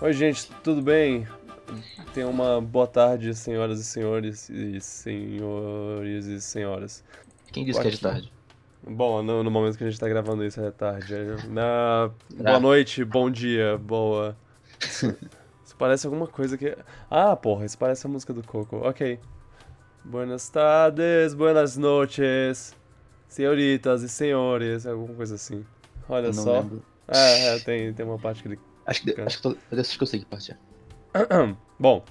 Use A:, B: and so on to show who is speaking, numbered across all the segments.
A: Oi, gente, tudo bem? Tenha uma boa tarde, senhoras e senhores e senhores e senhoras.
B: Quem disse que é de tarde?
A: Bom, no, no momento que a gente tá gravando isso é tarde. Na...
B: Tá.
A: Boa noite, bom dia, boa. Isso, isso parece alguma coisa que. Ah, porra, isso parece a música do Coco. Ok. Buenas tardes, buenas noches, senhoritas e senhores, alguma coisa assim. Olha
B: Eu não
A: só.
B: lembro.
A: É, é, tem, tem uma parte que ele
B: Acho que,
A: Cara.
B: acho que, to- acho que eu sei que parte é.
A: Bom,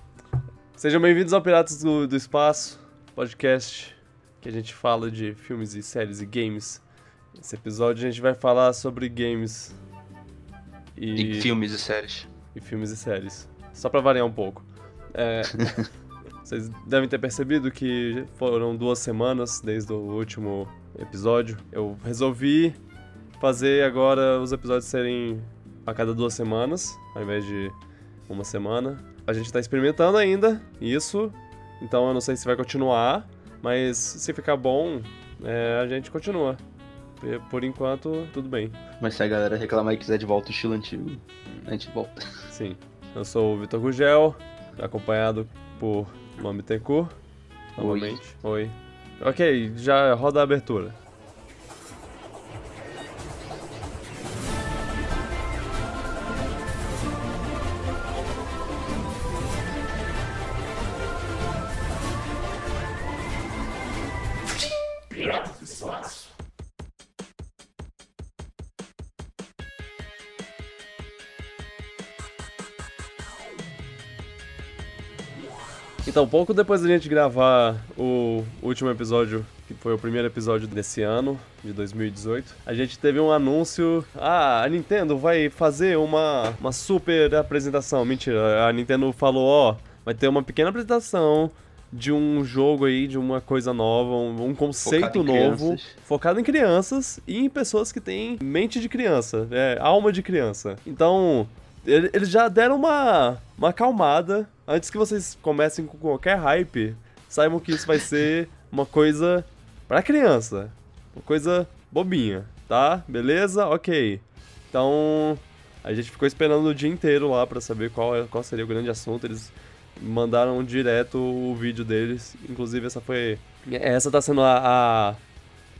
A: sejam bem-vindos ao Piratas do, do Espaço, podcast que a gente fala de filmes e séries e games. Nesse episódio a gente vai falar sobre games e,
B: E filmes e séries.
A: e filmes e séries. Só pra variar um pouco. É, vocês devem ter percebido que foram duas semanas desde o último episódio. Eu resolvi fazer agora os episódios serem a cada duas semanas, ao invés de uma semana. A gente tá experimentando ainda isso, então eu não sei se vai continuar, mas se ficar bom, é, a gente continua. Por- Por enquanto, tudo bem.
B: Mas se a galera reclamar e quiser de volta o estilo antigo, a gente volta.
A: Sim. Eu sou o Vitor Gugel, acompanhado por Mami Tencourt.
B: Oi.
A: Novamente. Oi. Ok, já roda a abertura. Então, pouco depois da gente gravar o último episódio, que foi o primeiro episódio desse ano, de 2018, a gente teve um anúncio. Ah, a Nintendo vai fazer uma, uma super apresentação. Mentira, a Nintendo falou: ó, vai ter uma pequena apresentação de um jogo aí, de uma coisa nova, um, um
B: Focado
A: conceito
B: em
A: novo.
B: crianças.
A: Focado em crianças e em pessoas que têm mente de criança, é, alma de criança. Então, ele- eles já deram uma, uma acalmada. Antes que vocês comecem com qualquer hype, saibam que isso vai ser uma coisa pra criança. Uma coisa bobinha, tá? Beleza? Ok. Então, a gente ficou esperando o dia inteiro lá pra saber qual, é- qual seria o grande assunto. Eles mandaram direto o vídeo deles. Inclusive, essa foi. Essa tá sendo a- a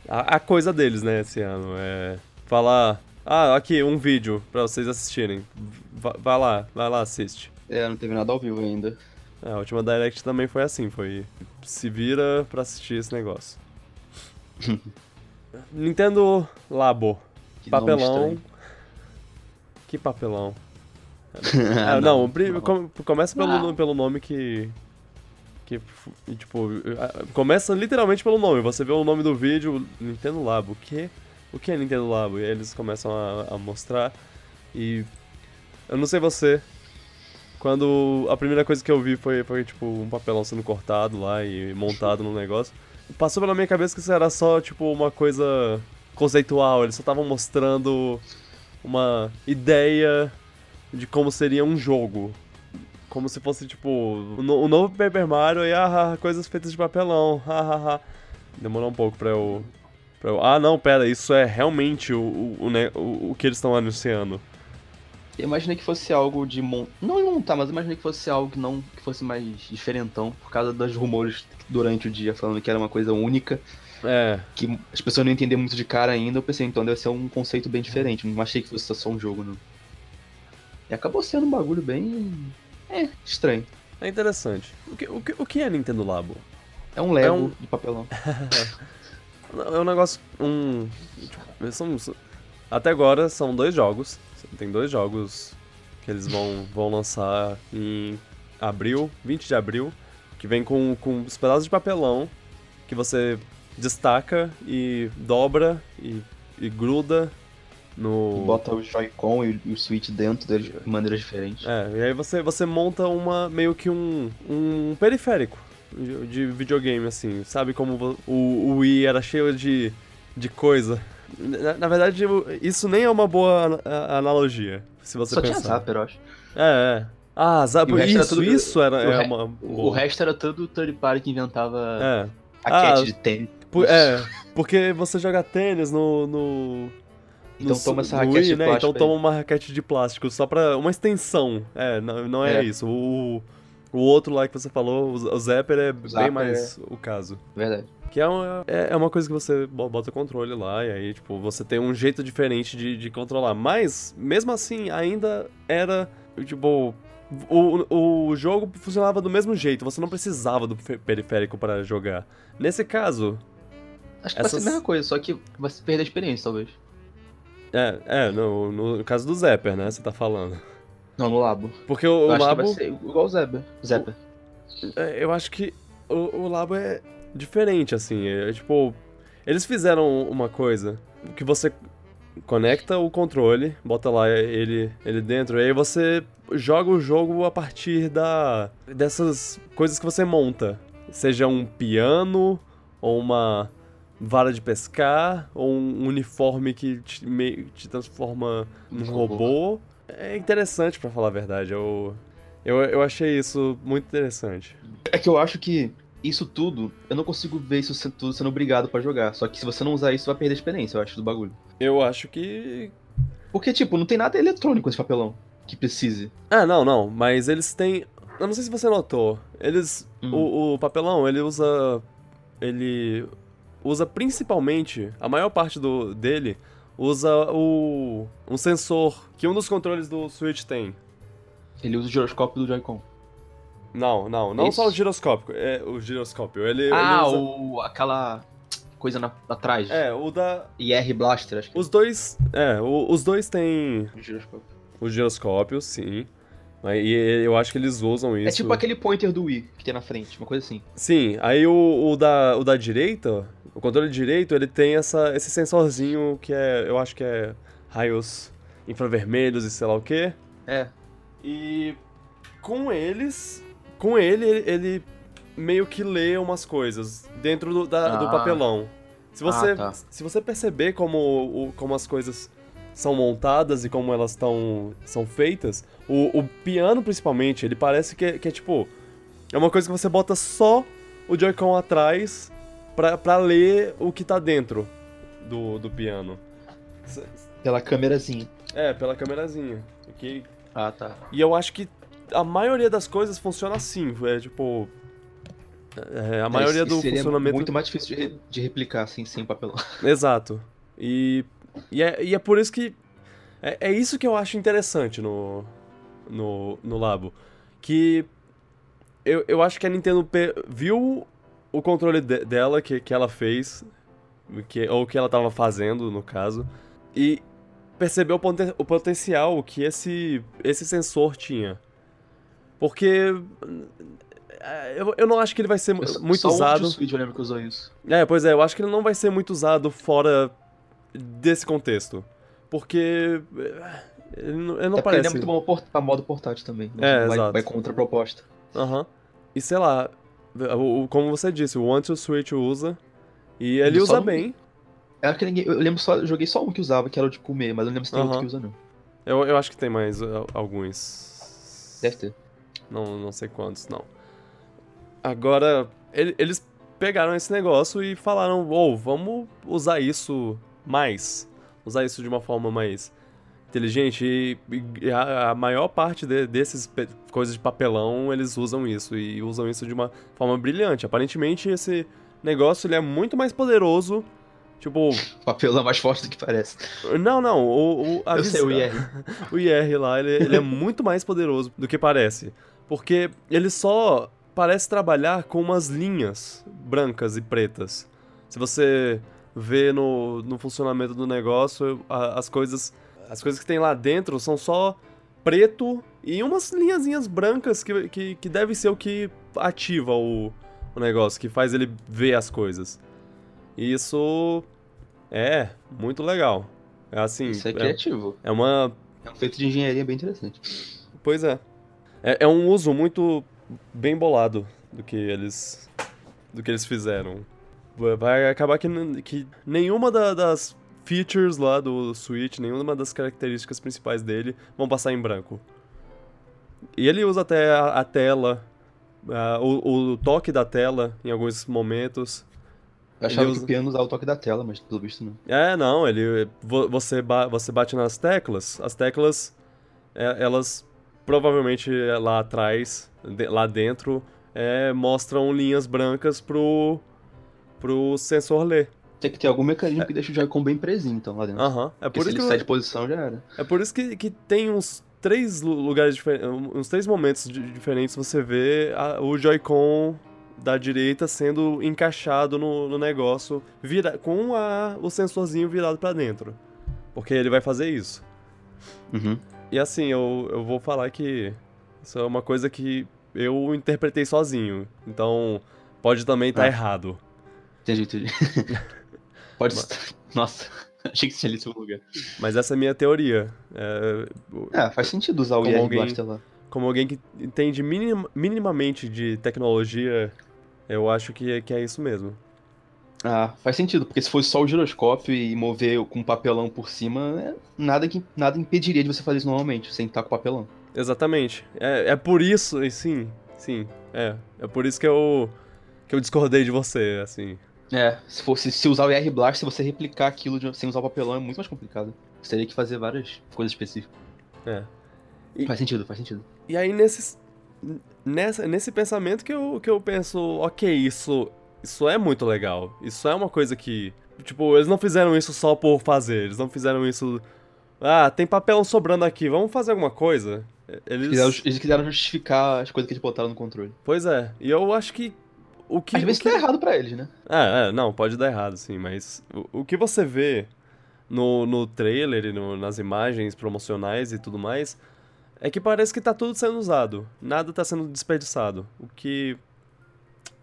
A: a, a coisa deles, né, esse ano. É falar. Ah, aqui, um vídeo pra vocês assistirem. Va- vai lá, vai lá, assiste.
B: É, não teve nada ao vivo ainda.
A: É, a última Direct também foi assim, foi. Se vira pra assistir esse negócio. Nintendo Labo.
B: Que nome
A: papelão.
B: estranho.
A: Que papelão.
B: Ah,
A: Ah, não, pri-
B: não.
A: com- começa pelo,
B: Não.
A: no- pelo nome que. Que, f- tipo, ah, começa literalmente pelo nome. Você vê o nome do vídeo, Nintendo Labo. O que? O que é Nintendo Labo? E aí eles começam a, a mostrar. E. Eu não sei você. Quando a primeira coisa que eu vi foi, foi, tipo, um papelão sendo cortado lá e montado no negócio. Passou pela minha cabeça que isso era só, tipo, uma coisa conceitual. Eles só estavam mostrando uma ideia de como seria um jogo. Como se fosse, tipo, o, no- o novo Paper Mario e ah, ah, coisas feitas de papelão. Ah, ah, ah. Demorou um pouco pra eu, pra eu- Ah, não, pera, isso é realmente o, o, o ne- o- o que eles estão anunciando.
B: Eu imaginei que fosse algo de mon... Não de montar, mas eu imaginei que fosse algo que não que fosse mais diferentão, por causa dos rumores durante o dia falando que era uma coisa única,
A: É,
B: que as pessoas não entenderam muito de cara ainda. Eu pensei, então deve ser um conceito bem diferente. Não achei que fosse só um jogo, não. E acabou sendo um bagulho bem. É, estranho.
A: é interessante. O que, o que, o que é Nintendo Labo?
B: É um Lego
A: É um-
B: de papelão.
A: É um negócio. Um. tipo, são- são- até agora são dois jogos. Tem dois jogos que eles vão, vão lançar em abril, 20 de abril, que vem com, com os pedaços de papelão que você destaca e dobra e, e gruda no.
B: Bota o Joy-Con e, e o Switch dentro deles de maneiras diferentes.
A: É, e aí você, você monta uma meio que um, um periférico de, de videogame, assim. Sabe como vo- o, o Wii era cheio de, de coisa? Na, na verdade, o- isso nem é uma boa ana- a- analogia, se você
B: Só tinha
A: pensar.
B: Zapper, eu acho.
A: É, é. Ah, Zap,
B: E o resto
A: isso,
B: era tudo-
A: isso era,
B: o
A: é
B: re-
A: uma
B: O
A: boa.
B: resto era todo o third party que inventava
A: É.
B: a
A: Ah,
B: cat de tênis.
A: Por- é, porque você joga tênis no, no,
B: Então
A: No-
B: toma essa
A: no
B: raquete
A: Wii,
B: de
A: né? Então
B: plástico aí.
A: toma uma raquete de plástico, só pra. Uma extensão. É, não, não é,
B: É.
A: isso. O, o outro lá que você falou, o Z- o Zapper é bem
B: Zapper
A: mais o caso.
B: Verdade.
A: Que é uma, é é uma coisa que você bo- bota controle lá, e aí, tipo, você tem um jeito diferente de, de controlar. Mas, mesmo assim, ainda era, tipo, o, o jogo funcionava do mesmo jeito, você não precisava do fe- periférico para jogar. Nesse caso,
B: Acho que vai ser a
A: Essas-
B: mesma coisa, só que vai se perder a experiência, talvez.
A: é, é no, no caso do Zapper, né, você tá falando.
B: Não, no Labo.
A: Porque o,
B: Eu
A: o
B: acho que
A: Labo,
B: vai ser igual o Zepper. Zepper.
A: é, eu acho que o, o Labo é diferente, assim, é, tipo, eles fizeram uma coisa que você conecta o controle, bota lá ele, ele dentro, e aí você joga o jogo a partir da dessas coisas que você monta. Seja um piano, ou uma vara de pescar, ou um uniforme que te, me- te transforma num
B: Um
A: robô.
B: robô.
A: É interessante, pra falar a verdade. Eu, eu, eu achei isso muito interessante.
B: É que eu acho que isso tudo, eu não consigo ver isso sendo- tudo sendo obrigado pra jogar. Só que se você não usar isso, vai perder a experiência, eu acho, do bagulho.
A: Eu acho que.
B: Porque, tipo, não tem nada eletrônico nesse papelão que precise.
A: Ah, não, não, mas eles têm. Eu não sei se você notou. Eles.
B: Hum.
A: O, o papelão, ele usa. Ele usa principalmente. A maior parte do, dele usa o. um sensor que um dos controles do Switch tem.
B: Ele usa o giroscópio do Joy-Con.
A: Não, não, não
B: Isso.
A: só o giroscópio. É o giroscópio. Ele,
B: Ah,
A: ele usa-
B: o, aquela coisa na, atrás.
A: É, o da.
B: IR Blaster, acho que.
A: Os dois. É, o- os dois têm
B: é o giroscópio.
A: o giroscópio, sim. Mas- E eu acho que eles usam isso.
B: É tipo aquele pointer do Wii que tem na frente, uma coisa assim.
A: Sim, aí o, o da, o da direita, o controle direito, ele tem essa, esse sensorzinho que é, eu acho que é raios infravermelhos e sei lá o quê.
B: É.
A: E com eles, com ele, ele, ele meio que lê umas coisas dentro do, da- do
B: Ah.
A: papelão. Se você,
B: Ah, tá.
A: se você perceber como, o- como as coisas são montadas e como elas tão, são feitas, o, o piano principalmente, ele parece que é, que é tipo. É uma coisa que você bota só o Joy-Con atrás pra, pra ler o que tá dentro do, do piano. S-
B: Pela câmerazinha.
A: É, pela câmerazinha. Que,
B: Ah, tá.
A: e eu acho que a maioria das coisas funciona assim, é tipo. é, a maioria do
B: seria
A: funcionamento.
B: muito mais difícil de, re- de replicar, assim, sem papelão.
A: Exato. E, e, é, e é por isso que. É, é isso que eu acho interessante no. No, no Labo. Que. Eu, eu acho que a Nintendo pe- viu o controle de- dela, que, que ela fez, que, ou que ela tava fazendo, no caso, e percebeu o, ponte- o potencial que esse, esse sensor tinha. Porque. eh, Eu, eu não acho que ele vai ser mu-
B: Eu só-
A: muito
B: só um
A: usado.
B: O Switch, eu lembro que usou isso.
A: É, pois é, eu acho que ele não vai ser muito usado fora desse contexto. Porque. eh, Ele não, ele não
B: Até porque
A: parece.
B: Ele é muito bom port- pra modo portátil também. né?
A: É,
B: vai,
A: exato.
B: vai contra a proposta.
A: Aham. E sei lá, o- o- como você disse, o One to Switch usa. E ele
B: Ele só
A: usa
B: não-
A: bem.
B: Eu acho que ninguém- eu lembro só, eu joguei só um que usava, que era o de comer, mas eu não lembro se tem
A: Aham.
B: outro que usa, não.
A: Eu, eu acho que tem mais eh, alguns.
B: Deve ter.
A: Não, não sei quantos, não. Agora, ele- eles pegaram esse negócio e falaram, ou vamos usar isso mais. Usar isso de uma forma mais inteligente. E, e a, a maior parte de- desses pe- coisas de papelão, eles usam isso. E usam isso de uma forma brilhante. Aparentemente, esse negócio ele é muito mais poderoso. Tipo,
B: O papelão é mais forte do que parece.
A: não, não, o, o, a
B: eu sei, o
A: vis-
B: IR.
A: o IR lá, ele, ele é muito mais poderoso do que parece. Porque ele só parece trabalhar com umas linhas brancas e pretas. Se você vê no, no funcionamento do negócio, a- as coisas. As coisas que tem lá dentro são só preto e umas linhazinhas brancas que, que, que deve ser o que ativa o, o negócio, que faz ele ver as coisas. E isso é muito legal. É assim.
B: Isso é
A: é-
B: criativo.
A: é uma
B: É um feito de engenharia bem interessante.
A: Pois é. é. é um uso muito bem bolado do que eles. do que eles fizeram. Vai- Vai acabar que, n- que nenhuma da- das features lá do Switch, nenhuma das características principais dele vão passar em branco. E ele usa até a, a tela, a- o, o toque da tela em alguns momentos.
B: Eu achava
A: Ele
B: que
A: usa-
B: o piano usava o toque da tela, mas pelo visto não.
A: É, não, ele. vo- Você, ba- você bate nas teclas, as teclas, é, elas provavelmente é, lá atrás, de- lá dentro, é, mostram linhas brancas pro, pro sensor ler.
B: Tem que ter algum mecanismo que deixa o Joy-Con bem presinho, então, lá dentro.
A: Aham. É
B: Porque
A: por
B: se
A: isso
B: ele
A: que eu-
B: sai de posição, já era.
A: É por isso que, que tem uns três lu- lugares diferentes, uns três momentos di- diferentes você vê a- o Joy-Con da direita sendo encaixado no, no negócio, vira, com a- o sensorzinho virado pra dentro. Porque ele vai fazer isso.
B: Uhum.
A: E assim, eu, eu vou falar que isso é uma coisa que eu interpretei sozinho. Então, pode também estar
B: Ah.
A: errado.
B: Entendi, entendi. Pode. Nossa, achei que tinha lido em algum lugar.
A: Mas essa é a minha teoria. É, o-
B: É, faz sentido usar o
A: Como
B: IR
A: alguém-
B: Blaster lá.
A: como alguém que entende minim- minimamente de tecnologia, eu acho que, é- que é isso mesmo.
B: Ah, faz sentido, porque se fosse só o giroscópio e mover com um papelão por cima, é- nada, que, nada impediria de você fazer isso normalmente, sem estar com papelão.
A: Exatamente. É, é por isso, e sim, sim, é. É por isso que eu, que eu discordei de você, assim.
B: É, se fosse se usar o IR Blaster, você replicar aquilo de- sem usar o papelão é muito mais complicado. Você teria que fazer várias coisas específicas.
A: É. E-
B: Faz sentido, faz sentido.
A: E aí, nesses, nessa, nesse pensamento que eu, que eu penso, ok, isso, isso é muito legal. Isso é uma coisa que. Tipo, eles não fizeram isso só por fazer. Eles não fizeram isso. Ah, tem papel sobrando aqui, vamos fazer alguma coisa. Eles.
B: Quiseram- eles quiseram justificar as coisas que eles botaram no controle.
A: Pois é, e eu acho que o que.
B: Às vezes
A: o que...
B: tá errado pra eles, né?
A: É, é, não, pode dar errado, sim, mas o, o que você vê no, no trailer e no- nas imagens promocionais e tudo mais é que parece que tá tudo sendo usado, nada tá sendo desperdiçado, o que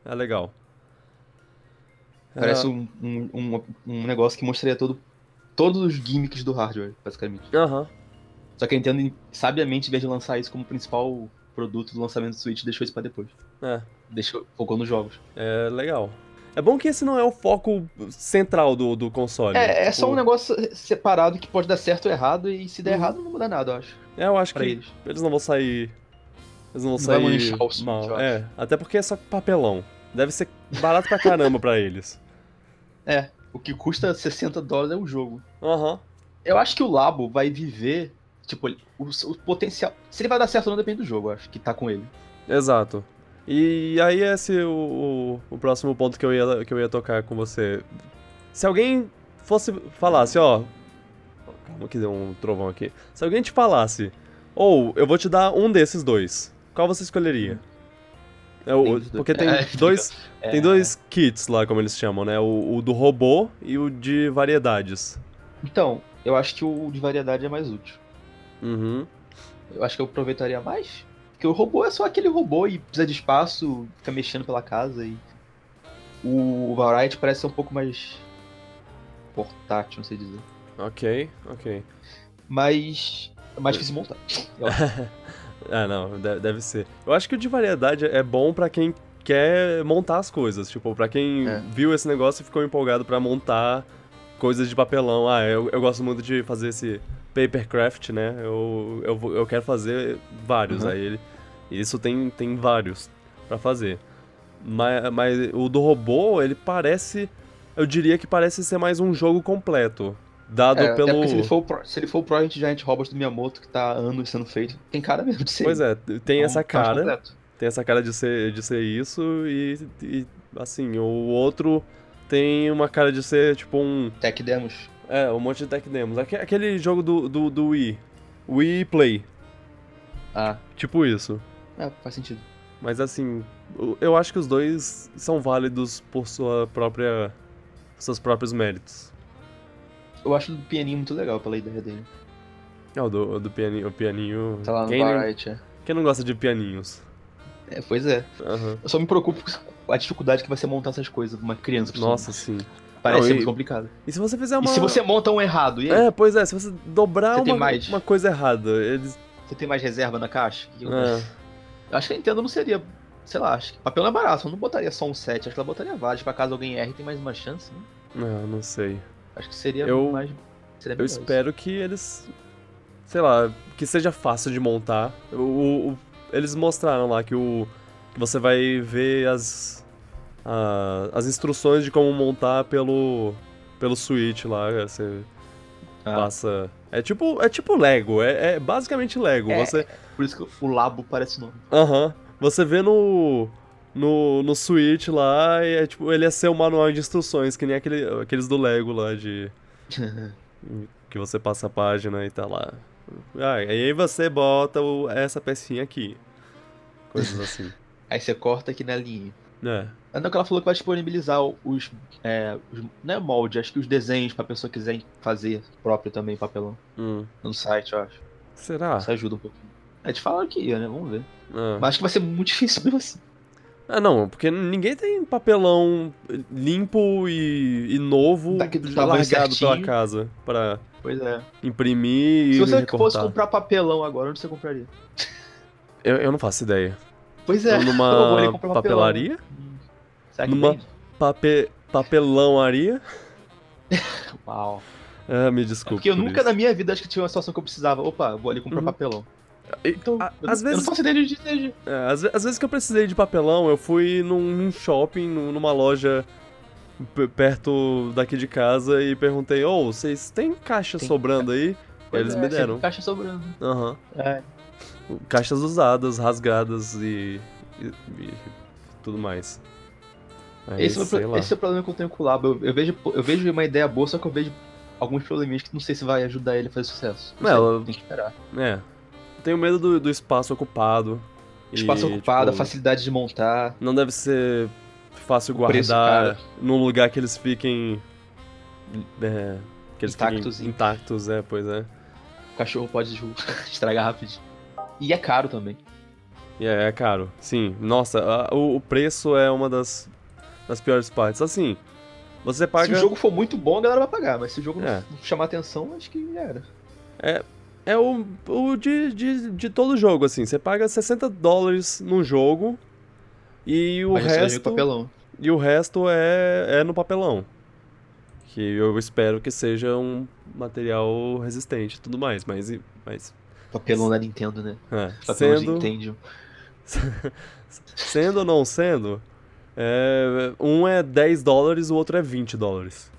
A: é legal. É.
B: Parece um, um, um, um negócio que mostraria todo, todos os gimmicks do hardware, basicamente.
A: É, Aham,
B: Só que a Nintendo, sabiamente, em vez de lançar isso como principal produto do lançamento do Switch, deixou isso pra depois.
A: é,
B: Deixou, focou nos jogos.
A: é legal. É bom que esse não é o foco central do, do console.
B: É, é só
A: tipo,
B: um negócio separado que pode dar certo ou errado, e se der
A: Uhum.
B: errado, não muda nada, eu acho.
A: É, eu acho
B: Pra
A: que
B: eles.
A: Eles não vão sair. Eles não vão
B: Não vai
A: sair.
B: manchar o Switch, eu
A: mal.
B: acho.
A: É, até porque é só papelão. Deve ser barato pra caramba pra eles.
B: É, o que custa 60 dólares é o jogo.
A: Aham.
B: Eu acho que o Labo vai viver, tipo, o, o potencial. Se ele vai dar certo ou não depende do jogo, eu acho, que tá com ele.
A: Exato. E aí esse é o, o, o próximo ponto que eu, ia, que eu ia tocar com você. Se alguém fosse falasse, ó. Calma que deu um trovão aqui. Se alguém te falasse, ou eu vou te dar um desses dois, qual você escolheria? É o-
B: Hum. Nenhum dos dois.
A: porque tem
B: É,
A: dois.
B: É,
A: Tem dois kits lá, como eles chamam, né? O, o do robô e o de variedades.
B: Então, eu acho que o de variedade é mais útil.
A: Uhum.
B: Eu acho que eu aproveitaria mais. Porque o robô é só aquele robô e precisa de espaço, fica mexendo pela casa e. O Variety parece ser um pouco mais. portátil, não sei dizer.
A: Ok, ok.
B: Mas. É mais difícil montar. eu acho.
A: Ah, não, de- deve ser. Eu acho que o de variedade é bom pra quem quer montar as coisas. Tipo, pra quem
B: É.
A: viu esse negócio e ficou empolgado pra montar coisas de papelão. Ah, eu, eu gosto muito de fazer esse papercraft, né? Eu, eu, vou- eu quero fazer vários.
B: Uhum.
A: Aí ele, isso tem, tem vários pra fazer. Mas, mas o do robô, ele parece. Eu diria que parece ser mais um jogo completo. Dado
B: É, até
A: pelo.
B: porque se ele for o Pro- se ele for o Project Giant Robots do Miyamoto, que tá há anos sendo feito, tem cara mesmo de ser.
A: Pois é, tem
B: um
A: essa
B: caos
A: cara.
B: completo.
A: tem essa cara de ser, de ser isso e, e, assim, o outro tem uma cara de ser tipo um.
B: Tech Demos.
A: É, um monte de tech demos. Aque- Aquele jogo do, do, do Wii. Wii Play.
B: Ah,
A: Tipo isso.
B: é, faz sentido.
A: Mas assim, eu- eu acho que os dois são válidos por sua própria. seus próprios méritos.
B: Eu acho o pianinho muito legal pela ideia dele.
A: É, o do, do pianinho. O pianinho.
B: Tá lá no
A: quem, não,
B: Variety, é.
A: quem não gosta de pianinhos?
B: É, pois é.
A: Aham.
B: Eu só me preocupo com a dificuldade que vai ser montar essas coisas pra uma criança. principalmente.
A: Nossa, sim.
B: Parece
A: Não,
B: ser
A: e-
B: muito complicado.
A: E se você fizer uma.
B: E se você monta um errado, e aí?
A: É, pois é, se você dobrar
B: Você tem
A: uma,
B: mais?
A: uma coisa errada, eles.
B: Você tem mais reserva na caixa? Eu
A: É.
B: acho que a Nintendo não seria. Sei lá, acho que papel não é barato, eu não botaria só um set, acho que ela botaria vários. Pra caso alguém erre, tem mais uma chance, né?
A: Não, É, não sei.
B: Acho que seria
A: Eu-
B: mais. Seria
A: Eu
B: melhor isso.
A: espero que eles. Sei lá, que seja fácil de montar. O, o- eles mostraram lá que o. Que você vai ver as. a- as instruções de como montar pelo, pelo Switch lá. Você
B: Ah.
A: passa. É tipo, é tipo Lego, é, é basicamente Lego.
B: É.
A: Você,
B: Por isso que o Labo parece o nome.
A: Aham. Você vê no, no. no Switch lá, e é tipo, ele é seu manual de instruções, que nem aquele, aqueles do Lego lá de. que você passa a página e tá lá. Ah, e aí você bota o- essa pecinha aqui. Coisas assim.
B: Aí você corta aqui na linha.
A: é.
B: Ah, Não, que ela falou que vai disponibilizar os, é, os- Não é molde, acho que os desenhos pra pessoa quiser fazer próprio também, papelão.
A: Hum.
B: No site, eu acho.
A: Será?
B: Isso ajuda um pouquinho. É, te falaram que ia, né? Vamos ver.
A: Ah.
B: Mas acho que vai ser muito difícil mesmo assim.
A: Ah, não, porque ninguém tem papelão limpo e, e novo
B: Daqui do tamanho
A: largado pela
B: certinho.
A: casa pra
B: Pois é.
A: imprimir
B: Se
A: e
B: você
A: recortar.
B: fosse comprar papelão agora, onde você compraria?
A: Eu, eu não faço ideia.
B: Pois é.
A: Ou
B: eu vou ali
A: numa
B: comprar papelão. né?
A: papelaria?
B: Hum, Será que
A: Numa-
B: vende?
A: Pape... Papelãoaria?
B: Uau.
A: Ah, me
B: É
A: desculpa.
B: porque eu
A: por
B: nunca
A: isso.
B: na minha vida acho que tive uma situação que eu precisava. Opa, vou ali comprar
A: Uhum.
B: papelão.
A: E-
B: Então,
A: a-
B: eu,
A: às
B: eu não
A: vezes-
B: faço ideia de onde seja.
A: É, às, ve- às vezes que eu precisei de papelão, eu fui num, num shopping, num- numa loja p- perto daqui de casa e perguntei: Ô, vocês têm caixa
B: Tem
A: sobrando aí?
B: Pois
A: Eles
B: é,
A: me
B: sempre
A: deram.
B: Caixa sobrando.
A: Aham.
B: É.
A: Caixas usadas, rasgadas e. e, e tudo mais. Aí,
B: Esse, é o
A: sei
B: pro-
A: lá.
B: esse é o problema que eu tenho com o Labo. Eu, eu vejo, eu vejo uma ideia boa, só que eu vejo alguns probleminhas que não sei se vai ajudar ele a fazer sucesso.
A: É,
B: Não,
A: eu-
B: sei, tem que esperar.
A: É. Tenho medo do, do espaço ocupado. e,
B: Espaço ocupado,
A: tipo,
B: a facilidade de montar.
A: Não deve ser fácil
B: O preço,
A: guardar num lugar que eles fiquem. É, que eles
B: Intactos,
A: fiquem
B: sim.
A: intactos, é, pois é.
B: O cachorro pode estragar rápido. E é caro também.
A: E é, é caro. Sim, nossa, a- o, o preço é uma das, das piores partes. Assim, você paga.
B: Se o jogo for muito bom, a galera vai pagar, mas se o jogo não-
A: É.
B: não chamar atenção, acho que já era.
A: É o, o de, de, de todo jogo, assim. Você paga 60 dólares num jogo e o
B: mas já saiu de
A: resto.
B: papelão.
A: E o resto é, é no papelão. Que eu espero que seja um material resistente e tudo mais, mas. e- mas
B: Papelão da Nintendo, né?
A: é,
B: Papelão de
A: sendo,
B: Nintendo.
A: sendo ou não sendo, é, um é 10 dólares, o outro é 20 dólares.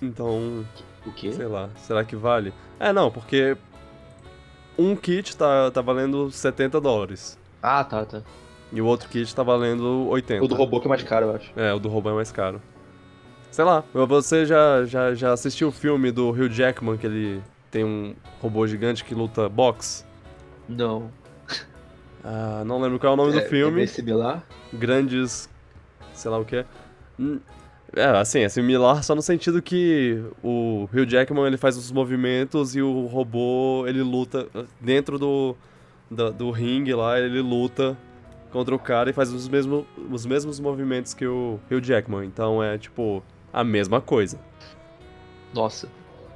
A: Então,
B: O quê?
A: sei lá, será que vale? É, não, porque um kit tá, tá valendo 70 dólares
B: Ah, tá, tá.
A: e o outro kit tá valendo 80.
B: O do robô que é mais caro, eu acho.
A: É, o do robô é mais caro. Sei lá, você já, já, já assistiu o filme do Hugh Jackman, que ele tem um robô gigante que luta boxe?
B: Não.
A: Ah, não lembro qual é o nome do filme.
B: É similar?
A: Grandes. sei lá o que. É, assim, é similar só no sentido que o Hugh Jackman ele faz os movimentos e o robô ele luta dentro do, da- do ringue lá, ele luta contra o cara e faz os, mesmo, os mesmos movimentos que o Hugh Jackman. Então é tipo a mesma coisa.
B: Nossa.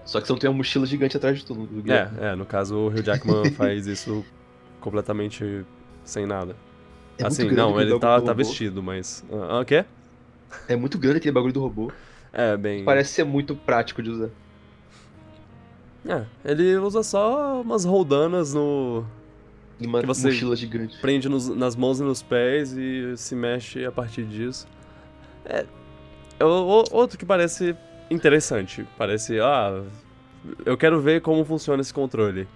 B: Só que você não tem uma mochila gigante atrás de tudo. do Guilherme.
A: É, é no caso o Hugh Jackman faz isso completamente sem nada.
B: É muito
A: assim,
B: grande
A: não,
B: aquele
A: ele
B: bagulho
A: tá,
B: do
A: tá
B: robô.
A: vestido, mas. Ah, o quê?
B: É muito grande aquele bagulho do robô.
A: É, bem.
B: Parece ser muito prático de usar.
A: É, ele usa só umas roldanas no.
B: E uma
A: Que você-
B: mochila gigante.
A: prende nos- nas mãos e nos pés e se mexe a partir disso. É. é o- o- outro que parece interessante. Parece, ah. Eu quero ver como funciona esse controle.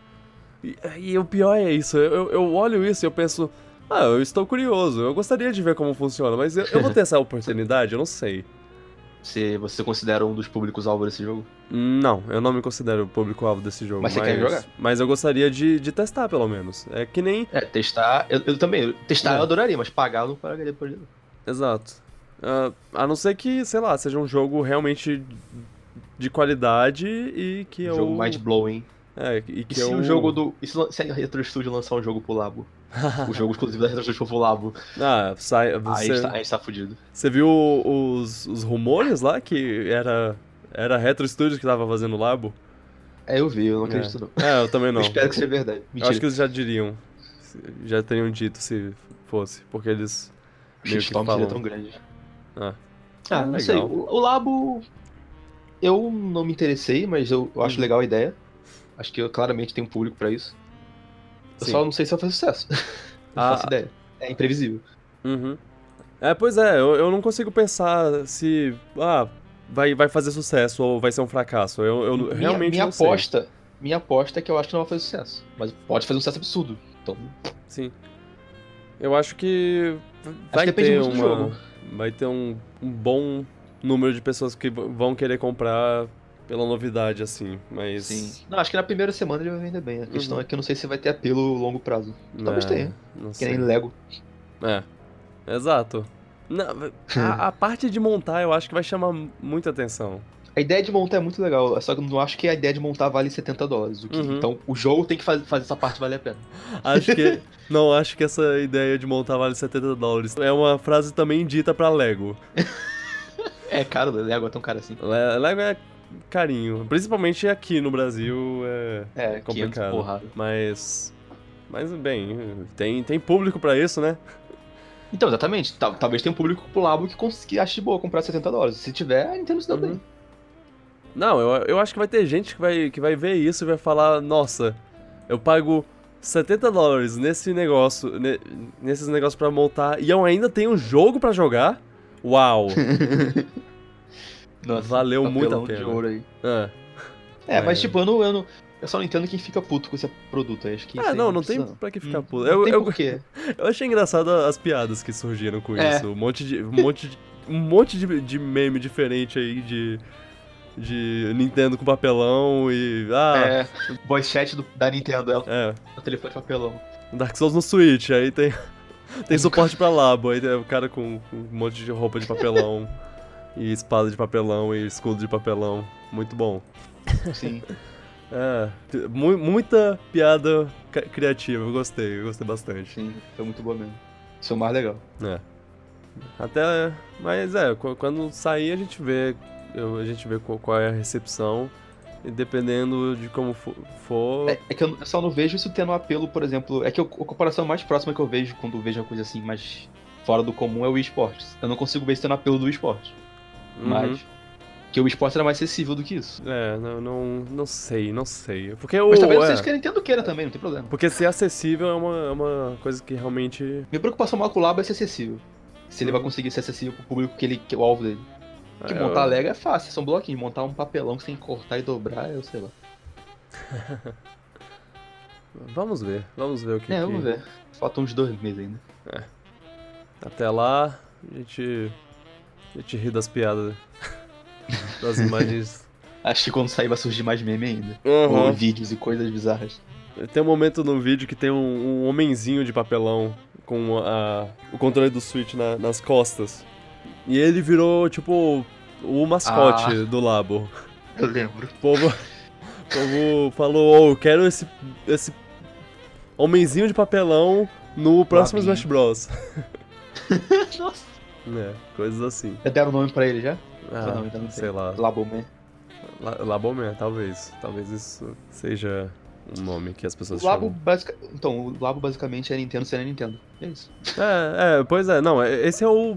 A: E, e o pior é isso, eu, eu olho isso e eu penso. Ah, eu estou curioso, eu gostaria de ver como funciona, mas eu, eu vou ter essa oportunidade, eu não sei.
B: Você, você considera um dos públicos-alvo desse jogo?
A: Não, eu não me considero o público-alvo desse jogo.
B: Mas você quer jogar?
A: Mas eu gostaria de, de testar, pelo menos. É que nem
B: É, testar. Eu, eu também. eu- Testar
A: É.
B: eu adoraria, mas pagar eu não pagaria por ele.
A: Exato. Ah, a não ser que, sei lá, seja um jogo realmente de qualidade e que
B: Um
A: eu.
B: jogo mind-blowing.
A: É, e
B: E
A: que
B: se
A: eu...
B: o jogo do. E se, lan- se a Retro Studio lançar um jogo pro Labo? o jogo exclusivo da Retro Studio for pro Labo.
A: Ah, sai,
B: Aí a,
A: você,
B: gente tá, aí a gente tá fudido.
A: você viu os, os rumores lá que era. Era a Retro Studios que tava fazendo o Labo?
B: É, eu vi, eu não acredito não.
A: É, eu também não.
B: Eu espero que seja verdade.
A: Eu
B: Mentira.
A: acho que eles já diriam. Já teriam dito se fosse. Porque eles.
B: o
A: meio que
B: shitstorm
A: falam.
B: seria tão grande.
A: é Ah.
B: Ah,
A: Ah,
B: não sei.
A: legal.
B: O, o Labo. Eu não me interessei, mas eu, eu acho legal a ideia. Acho que eu claramente tenho um público pra isso. Eu
A: Sim.
B: só não sei se vai fazer sucesso. não
A: Ah.
B: faço ideia. É imprevisível.
A: Uhum. É, pois é, eu, eu não consigo pensar se. Ah, vai, vai fazer sucesso ou vai ser um fracasso. Eu, eu
B: Minha-
A: realmente
B: minha
A: não sei.
B: aposta, Minha aposta é que eu acho que não vai fazer sucesso. Mas pode fazer um sucesso absurdo. Então,
A: Sim. Eu acho que. Vai
B: que depende
A: ter
B: muito do
A: uma,
B: jogo.
A: Vai ter um, um bom número de pessoas que v- vão querer comprar pela novidade, assim. Mas.
B: sim. Não, acho que na primeira semana ele vai vender bem. A questão
A: Uhum.
B: é que eu não sei se vai ter apelo a longo prazo.
A: né,
B: Talvez tenha.
A: Não
B: Que
A: sei.
B: nem Lego.
A: É. Exato. Não, v- a, a parte de montar eu acho que vai chamar m- muita atenção.
B: A ideia de montar é muito legal, só que eu não acho que a ideia de montar vale 70 dólares. o que-
A: Uhum.
B: Então o jogo tem que faz- fazer essa parte valer a pena.
A: Acho que. não, acho que essa ideia de montar vale 70 dólares. É uma frase também dita pra Lego.
B: É caro,
A: né?
B: Lego é tão caro assim.
A: Le- Lego é carinho. Principalmente aqui no Brasil. É...
B: É,
A: complicado.
B: 500 porrada.
A: Mas. Mas bem, tem, tem público pra isso, né?
B: Então, exatamente. tal- talvez tenha um público pro Labo que, cons- que ache de boa comprar 70 dólares. Se tiver, a Nintendo se dá
A: Uhum.
B: bem.
A: Não, eu, eu acho que vai ter gente que vai, que vai ver isso e vai falar: nossa, eu pago 70 dólares nesse negócio, ne- nesses negócios pra montar e eu ainda tenho um jogo pra jogar? Uau!
B: Nossa,
A: Valeu
B: papelão
A: muito a pena.
B: de ouro aí.
A: Ah.
B: É,
A: É.
B: mas tipo, eu não, eu não. Eu só não entendo quem fica puto com esse produto aí. Acho que. isso
A: Ah,
B: aí
A: não, não tem
B: precisa,
A: pra que ficar
B: Hum,
A: puto.
B: Não
A: Eu,
B: tem
A: eu,
B: porquê.
A: eu achei engraçado as piadas que surgiram com
B: É.
A: isso. Um monte de. Um monte de, um monte de, de meme diferente aí de. De Nintendo com papelão e. Ah,
B: É, voice chat do- da Nintendo, um ela
A: é.
B: o telefone de papelão.
A: Dark Souls no Switch, aí tem. Tem suporte pra labo, aí tem o cara com, com um monte de roupa de papelão, e espada de papelão, e escudo de papelão. Muito bom.
B: Sim.
A: É, t- mu- muita piada ca- criativa, eu gostei, eu gostei bastante.
B: Sim, foi muito boa mesmo. Isso é o mais legal.
A: É. Até. Mas é, qu- quando sair a gente vê. eu- A gente vê qual qual é a recepção. E dependendo de como fo- for.
B: É, é que eu eu só não vejo isso tendo um apelo, por exemplo. É que eu- a comparação mais próxima que eu vejo quando eu vejo uma coisa assim mais fora do comum é o Wii esportes. Eu não consigo ver isso tendo apelo do Wii esporte.
A: Uhum.
B: Mas. Que o Wii esporte era mais acessível do que isso.
A: É, não, não, não sei, não sei. Porque o.
B: Mas talvez
A: é.
B: vocês querem Nintendo queira também, não tem problema.
A: Porque ser acessível é uma, é uma coisa que realmente.
B: Minha preocupação maior com o Labo é ser acessível. Se ele
A: Uhum.
B: vai conseguir ser acessível pro público que, ele, que é o alvo dele. Porque
A: é,
B: montar
A: eu-
B: Lego é fácil, são bloquinhos. Montar um papelão que você tem que cortar e dobrar, eu sei lá.
A: Vamos ver, vamos ver o que.
B: é,
A: que-
B: vamos ver. Faltam uns dois meses ainda.
A: Até lá, a gente. A gente ri das piadas. das imagens.
B: Acho que quando sair vai surgir mais meme ainda. Ou
A: Uhum.
B: vídeos e coisas bizarras.
A: Tem um momento no vídeo que tem um, um homenzinho de papelão com a, o controle do Switch na- nas costas. E ele virou, tipo, o mascote do Labo.
B: Eu lembro.
A: O povo, o povo falou, "Ô, eu quero esse, esse homenzinho de papelão no próximo
B: Labinho.
A: Smash Bros.
B: Nossa.
A: É, coisas assim.
B: Já deram nome pra ele já?
A: Ah,
B: não, ainda não
A: sei lá.
B: Labomé.
A: La- Labomé, talvez. Talvez isso seja um nome que as pessoas
B: O Labo,
A: chamam.
B: basica... então, o Labo basicamente é Nintendo sendo a Nintendo. É isso.
A: É, é, pois é. Não, é- esse é o...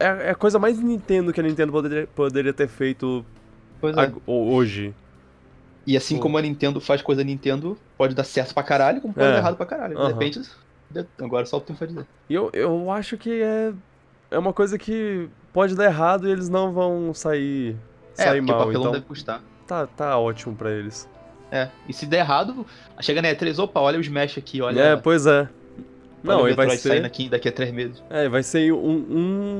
A: É é a coisa mais Nintendo que a Nintendo poderia, poderia ter feito
B: Pois é.
A: ag- ho- hoje.
B: E assim
A: Pô.
B: como a Nintendo faz coisa Nintendo, pode dar certo pra caralho, como pode
A: É.
B: dar errado pra caralho.
A: Aham.
B: De repente, de- agora só o tempo vai dizer.
A: E eu, eu acho que é, é uma coisa que pode dar errado e eles não vão sair, sair
B: é, porque o
A: mal.
B: papelão
A: Então,
B: deve custar.
A: Tá, tá ótimo pra eles.
B: É. E se der errado, chega na E3, opa, olha os mesh aqui, olha.
A: é, pois é.
B: olha
A: Não,
B: o
A: e vai
B: Metroid saindo
A: ser,
B: aqui daqui a três meses.
A: é, vai ser um,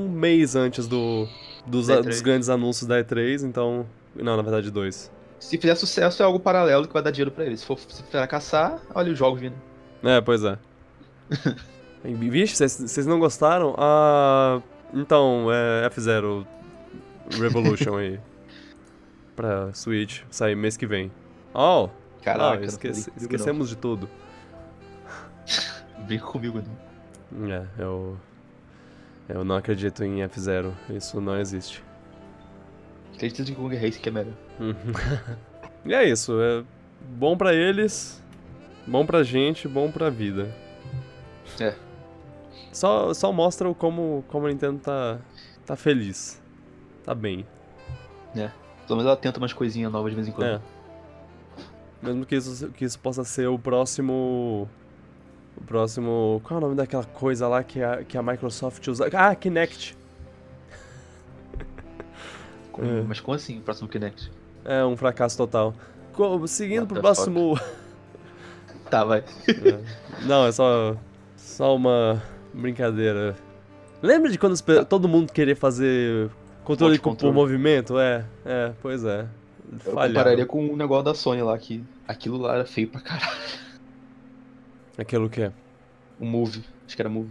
A: um mês antes do, dos,
B: Da
A: a-
B: E3.
A: dos grandes anúncios da E3, então. Não, na verdade, dois.
B: Se fizer sucesso, é algo paralelo que vai dar dinheiro pra eles. Se for se fracassar, olha os jogos vindo.
A: É, pois é. E, Vixe, vocês- vocês não gostaram? Ah. Então, é F0 Revolution aí. Pra Switch sair mês que vem. Oh! ah,
B: Caraca, não
A: esquece-
B: brinca comigo,
A: esquecemos de tudo.
B: Não. Brinca comigo, não.
A: É, eu. Eu não acredito em F0. Isso não existe.
B: Acredita que Kong Race que é melhor.
A: e é isso. É bom pra eles, bom pra gente, bom pra vida.
B: É.
A: Só, só mostra o como, como a Nintendo tá, tá feliz. Tá bem.
B: Pelo menos ela tenta umas coisinhas novas de vez em quando.
A: É. Mesmo que isso, que isso possa ser o próximo. O próximo. Qual é o nome daquela coisa lá que a, que a Microsoft usa? Ah, Kinect.
B: Como-
A: É.
B: Mas como assim o próximo Kinect?
A: É um fracasso total. Co- Seguindo
B: What
A: pro
B: the
A: próximo.
B: Tá, vai.
A: Não, é só. Só uma brincadeira. Lembra de quando as
B: Tá.
A: pe- todo mundo queria fazer controle,
B: Remote
A: com, por
B: control.
A: movimento? É, é, pois é.
B: Eu
A: Falha.
B: compararia com um negócio da Sony lá, que aquilo lá era feio pra caralho.
A: Aquilo que é.
B: O Move, acho que era Move.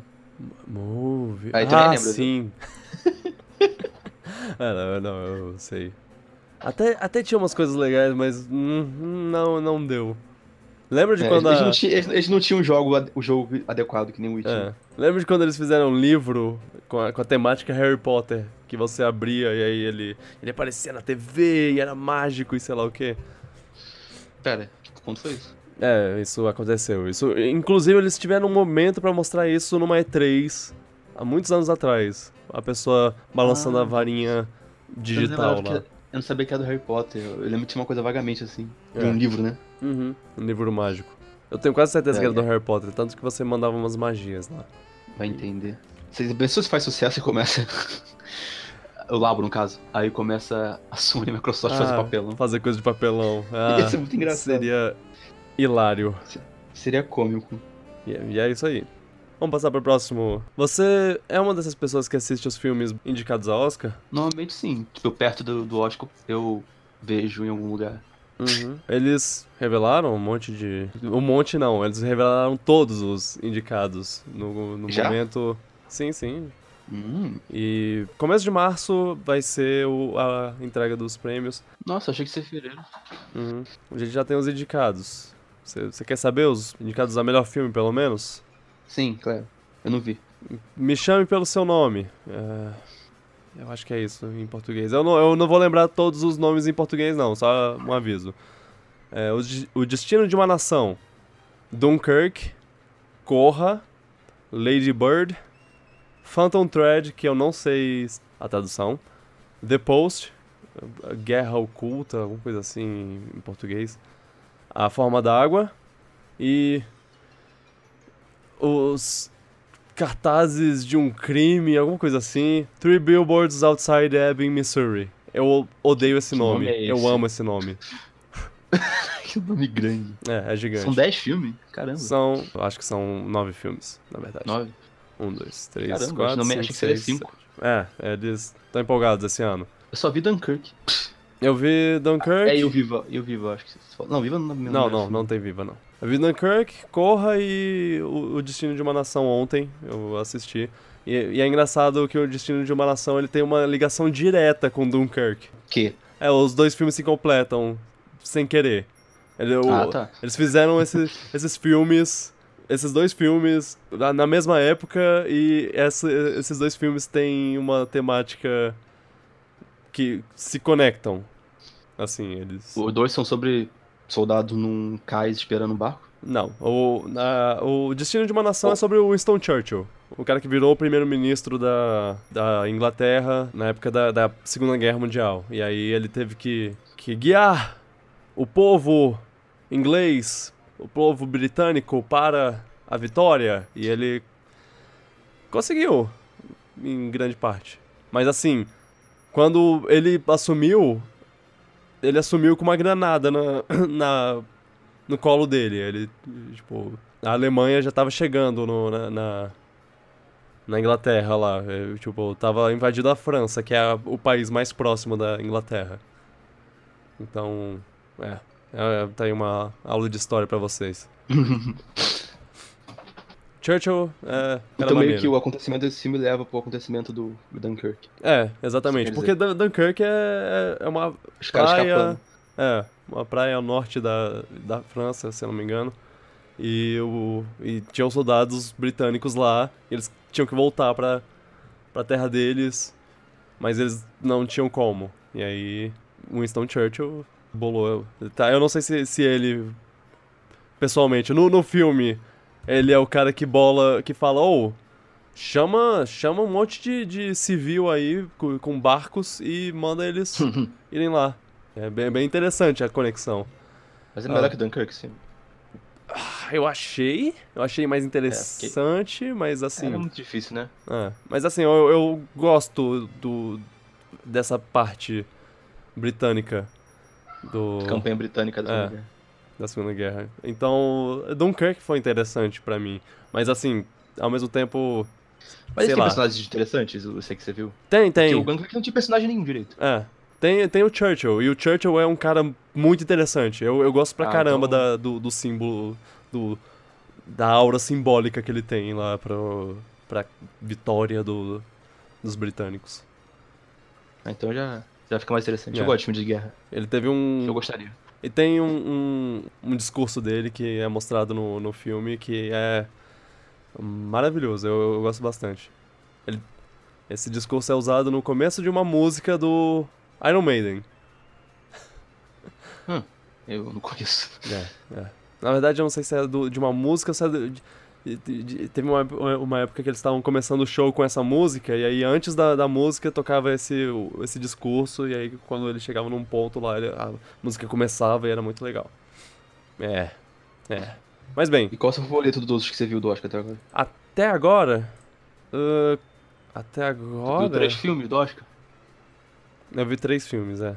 A: Move.
B: Aí tu então nem
A: ah,
B: lembra,
A: sim. ah, não, não, eu sei. Até, até tinha umas coisas legais, mas hum, não, não deu. Lembra de
B: É,
A: quando
B: eles,
A: a...
B: não tinham, eles, eles não tinham um jogo, ad- o jogo adequado que nem o Witch.
A: É. Lembra de quando eles fizeram um livro com a, com a temática Harry Potter? Que você abria e aí ele, ele aparecia na TV e era mágico e sei lá o quê.
B: Pera, quando foi isso?
A: É, isso aconteceu. Isso, inclusive, eles tiveram um momento pra mostrar isso numa E3 há muitos anos atrás. A pessoa balançando
B: Ah. Então,
A: a varinha digital
B: eu, não
A: lá.
B: lembrava que- eu não sabia que era do Harry Potter. Eu lembro que tinha uma coisa vagamente assim.
A: É.
B: De um livro, né?
A: Uhum, um livro mágico. Eu tenho quase certeza
B: É,
A: que era do
B: é.
A: Harry Potter, tanto que você mandava umas magias lá.
B: Vai entender. Você pensou se faz sucesso e começa. o Labo, no caso. Aí começa a Sony e a Microsoft fazer
A: Ah,
B: papelão.
A: Fazer coisa de papelão. Ah,
B: Ia ser muito engraçado.
A: Seria hilário.
B: Seria cômico.
A: E é, e é isso aí. Vamos passar pro próximo. Você é uma dessas pessoas que assiste os filmes indicados a Oscar?
B: Normalmente sim. Tipo, eu perto do, do Oscar eu vejo em algum lugar.
A: Uhum. Eles revelaram um monte de. Um monte não, eles revelaram todos os indicados no, no
B: Já?
A: momento. Sim, sim.
B: Hum.
A: E começo de março vai ser o- a entrega dos prêmios.
B: Nossa, achei que você é fevereiro.
A: Uhum. A gente já tem os indicados. Você você quer saber os indicados a melhor filme, pelo menos?
B: Sim, claro. Eu não vi.
A: Me chame pelo seu nome. É, eu acho que é isso em português. Eu não, eu não vou lembrar todos os nomes em português, não, só um aviso. É, o, Des- o Destino de uma Nação: Dunkirk, Corra, Lady Bird, Phantom Thread, que eu não sei a tradução, The Post, Guerra Oculta, alguma coisa assim em português, A Forma da Água e. Os cartazes de um crime, alguma coisa assim. Three Billboards Outside Ebbing, Missouri. Eu odeio esse
B: Que
A: nome.
B: nome é esse?
A: Eu amo esse nome.
B: que nome grande.
A: É, é gigante.
B: São 10 filmes? Caramba.
A: São- eu acho que são nove filmes, na verdade.
B: 9.
A: Um, dois, três,
B: Caramba,
A: quatro,
B: não me
A: cinco,
B: achei que seria
A: seis,
B: 5.
A: sete. É, eles estão empolgados esse ano.
B: Eu só vi Dunkirk.
A: Eu vi Dunkirk.
B: É, e o Viva, e o Viva, acho que você falou. Não, Viva não é
A: Não, não, não tem Viva, não. Eu vi Dunkirk, Corra e o, o Destino de uma Nação ontem, eu assisti. E, e é engraçado que o Destino de uma Nação ele tem uma ligação direta com Dunkirk.
B: Que?
A: É, os dois filmes se completam sem querer. Ele- o-
B: Ah, tá.
A: Eles fizeram esse- esses filmes, esses dois filmes na, na mesma época e essa- esses dois filmes têm uma temática que se conectam. Assim, eles.
B: Os dois são sobre soldados num cais esperando um barco?
A: Não, o, na- o Destino de uma Nação é sobre o Winston Churchill. O cara que virou o primeiro-ministro da, da Inglaterra na época da, da Segunda Guerra Mundial. E aí ele teve que, que guiar o povo inglês, o povo britânico para a vitória. E ele conseguiu, em grande parte. Mas assim, quando ele assumiu, ele assumiu com uma granada na- na no colo dele. Ele, tipo, a Alemanha já tava chegando no- na, na, na Inglaterra lá. É, Tipo, tava invadindo a França, que é a- o país mais próximo da Inglaterra. Então, é. é, Tá aí uma aula de história pra vocês. Churchill é, era
B: então meio
A: maneiro.
B: que o acontecimento desse filme leva pro acontecimento do Dunkirk.
A: É,
B: Quer
A: exatamente.
B: dizer-
A: Porque Dun- Dunkirk é, é- é uma
B: Os caras
A: praia.
B: escapando.
A: É, uma praia ao norte da, da França, se eu não me engano. E, o, e tinham soldados britânicos lá, e eles tinham que voltar pra, pra terra deles, mas eles não tinham como. E aí, Winston Churchill bolou. Tá, eu não sei se, se ele. Pessoalmente, no, no filme, ele é o cara que bola, que fala, ô. Chama, chama um monte de, de civil aí com, com barcos e manda eles irem lá. É bem, bem interessante a conexão.
B: Mas é melhor
A: Ah.
B: que Dunkirk, sim.
A: Ah, Eu achei, eu achei mais interessante, mas assim.
B: Era muito difícil, né?
A: É, mas assim, eu, eu gosto do dessa parte britânica do
B: Campanha britânica da
A: É.
B: Liga.
A: da Segunda Guerra. Então, Dunkirk foi interessante pra mim, mas assim, ao mesmo tempo sei
B: Mas eles têm
A: lá.
B: personagens interessantes, eu sei que você viu.
A: Tem,
B: Porque
A: tem.
B: o Dunkirk não tinha personagem nenhum direito.
A: É. Tem, tem o Churchill, e o Churchill é um cara muito interessante. Eu, eu gosto pra
B: Ah,
A: caramba
B: então-
A: da- do, do símbolo, do, da aura simbólica que ele tem lá pro, pra vitória do, dos britânicos.
B: Ah, Então já, já fica mais interessante.
A: É.
B: Eu gosto de filme de guerra.
A: Ele teve um.
B: Eu gostaria.
A: E tem um, um, um discurso dele que é mostrado no, no filme que é maravilhoso, eu, eu gosto bastante. Ele- esse discurso é usado no começo de uma música do Iron Maiden.
B: Eu não conheço.
A: É, é. Na verdade, eu não sei se é do- de uma música ou se é do- de- de- de- teve uma, ép- uma época que eles estavam começando o show com essa música, e aí antes da, da música tocava esse, o- esse discurso, e aí quando ele chegava num ponto lá, ele- a música começava e era muito legal. É, é. Mas bem,
B: E qual é o seu favorito dos outros que você viu do Oscar até agora?
A: até agora. ahn, até
B: Viu
A: agora.
B: três filmes do Oscar?
A: Eu vi três filmes, é.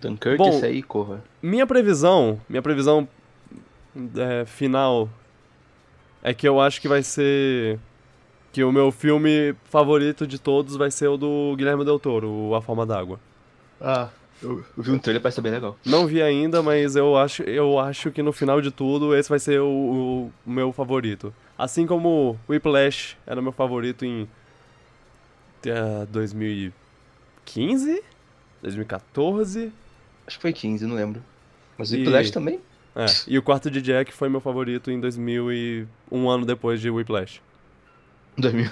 B: Dunkirk,
A: Bom-
B: esse aí, corra.
A: Minha previsão, minha previsão é, final é que eu acho que vai ser que o meu filme favorito de todos vai ser o do Guilherme Del Toro, o A Forma d'Água.
B: Ah, eu, eu vi um trailer, parece bem legal.
A: Não vi ainda, mas eu acho, eu acho que no final de tudo esse vai ser o, o meu favorito. Assim como Whiplash era meu favorito em eh, 2015, 2014,
B: Acho que foi 15, não lembro. Mas o
A: E-
B: Whiplash também?
A: É, e o quarto de Jack foi meu favorito em 2000 e um ano depois de Whiplash.
B: 2000.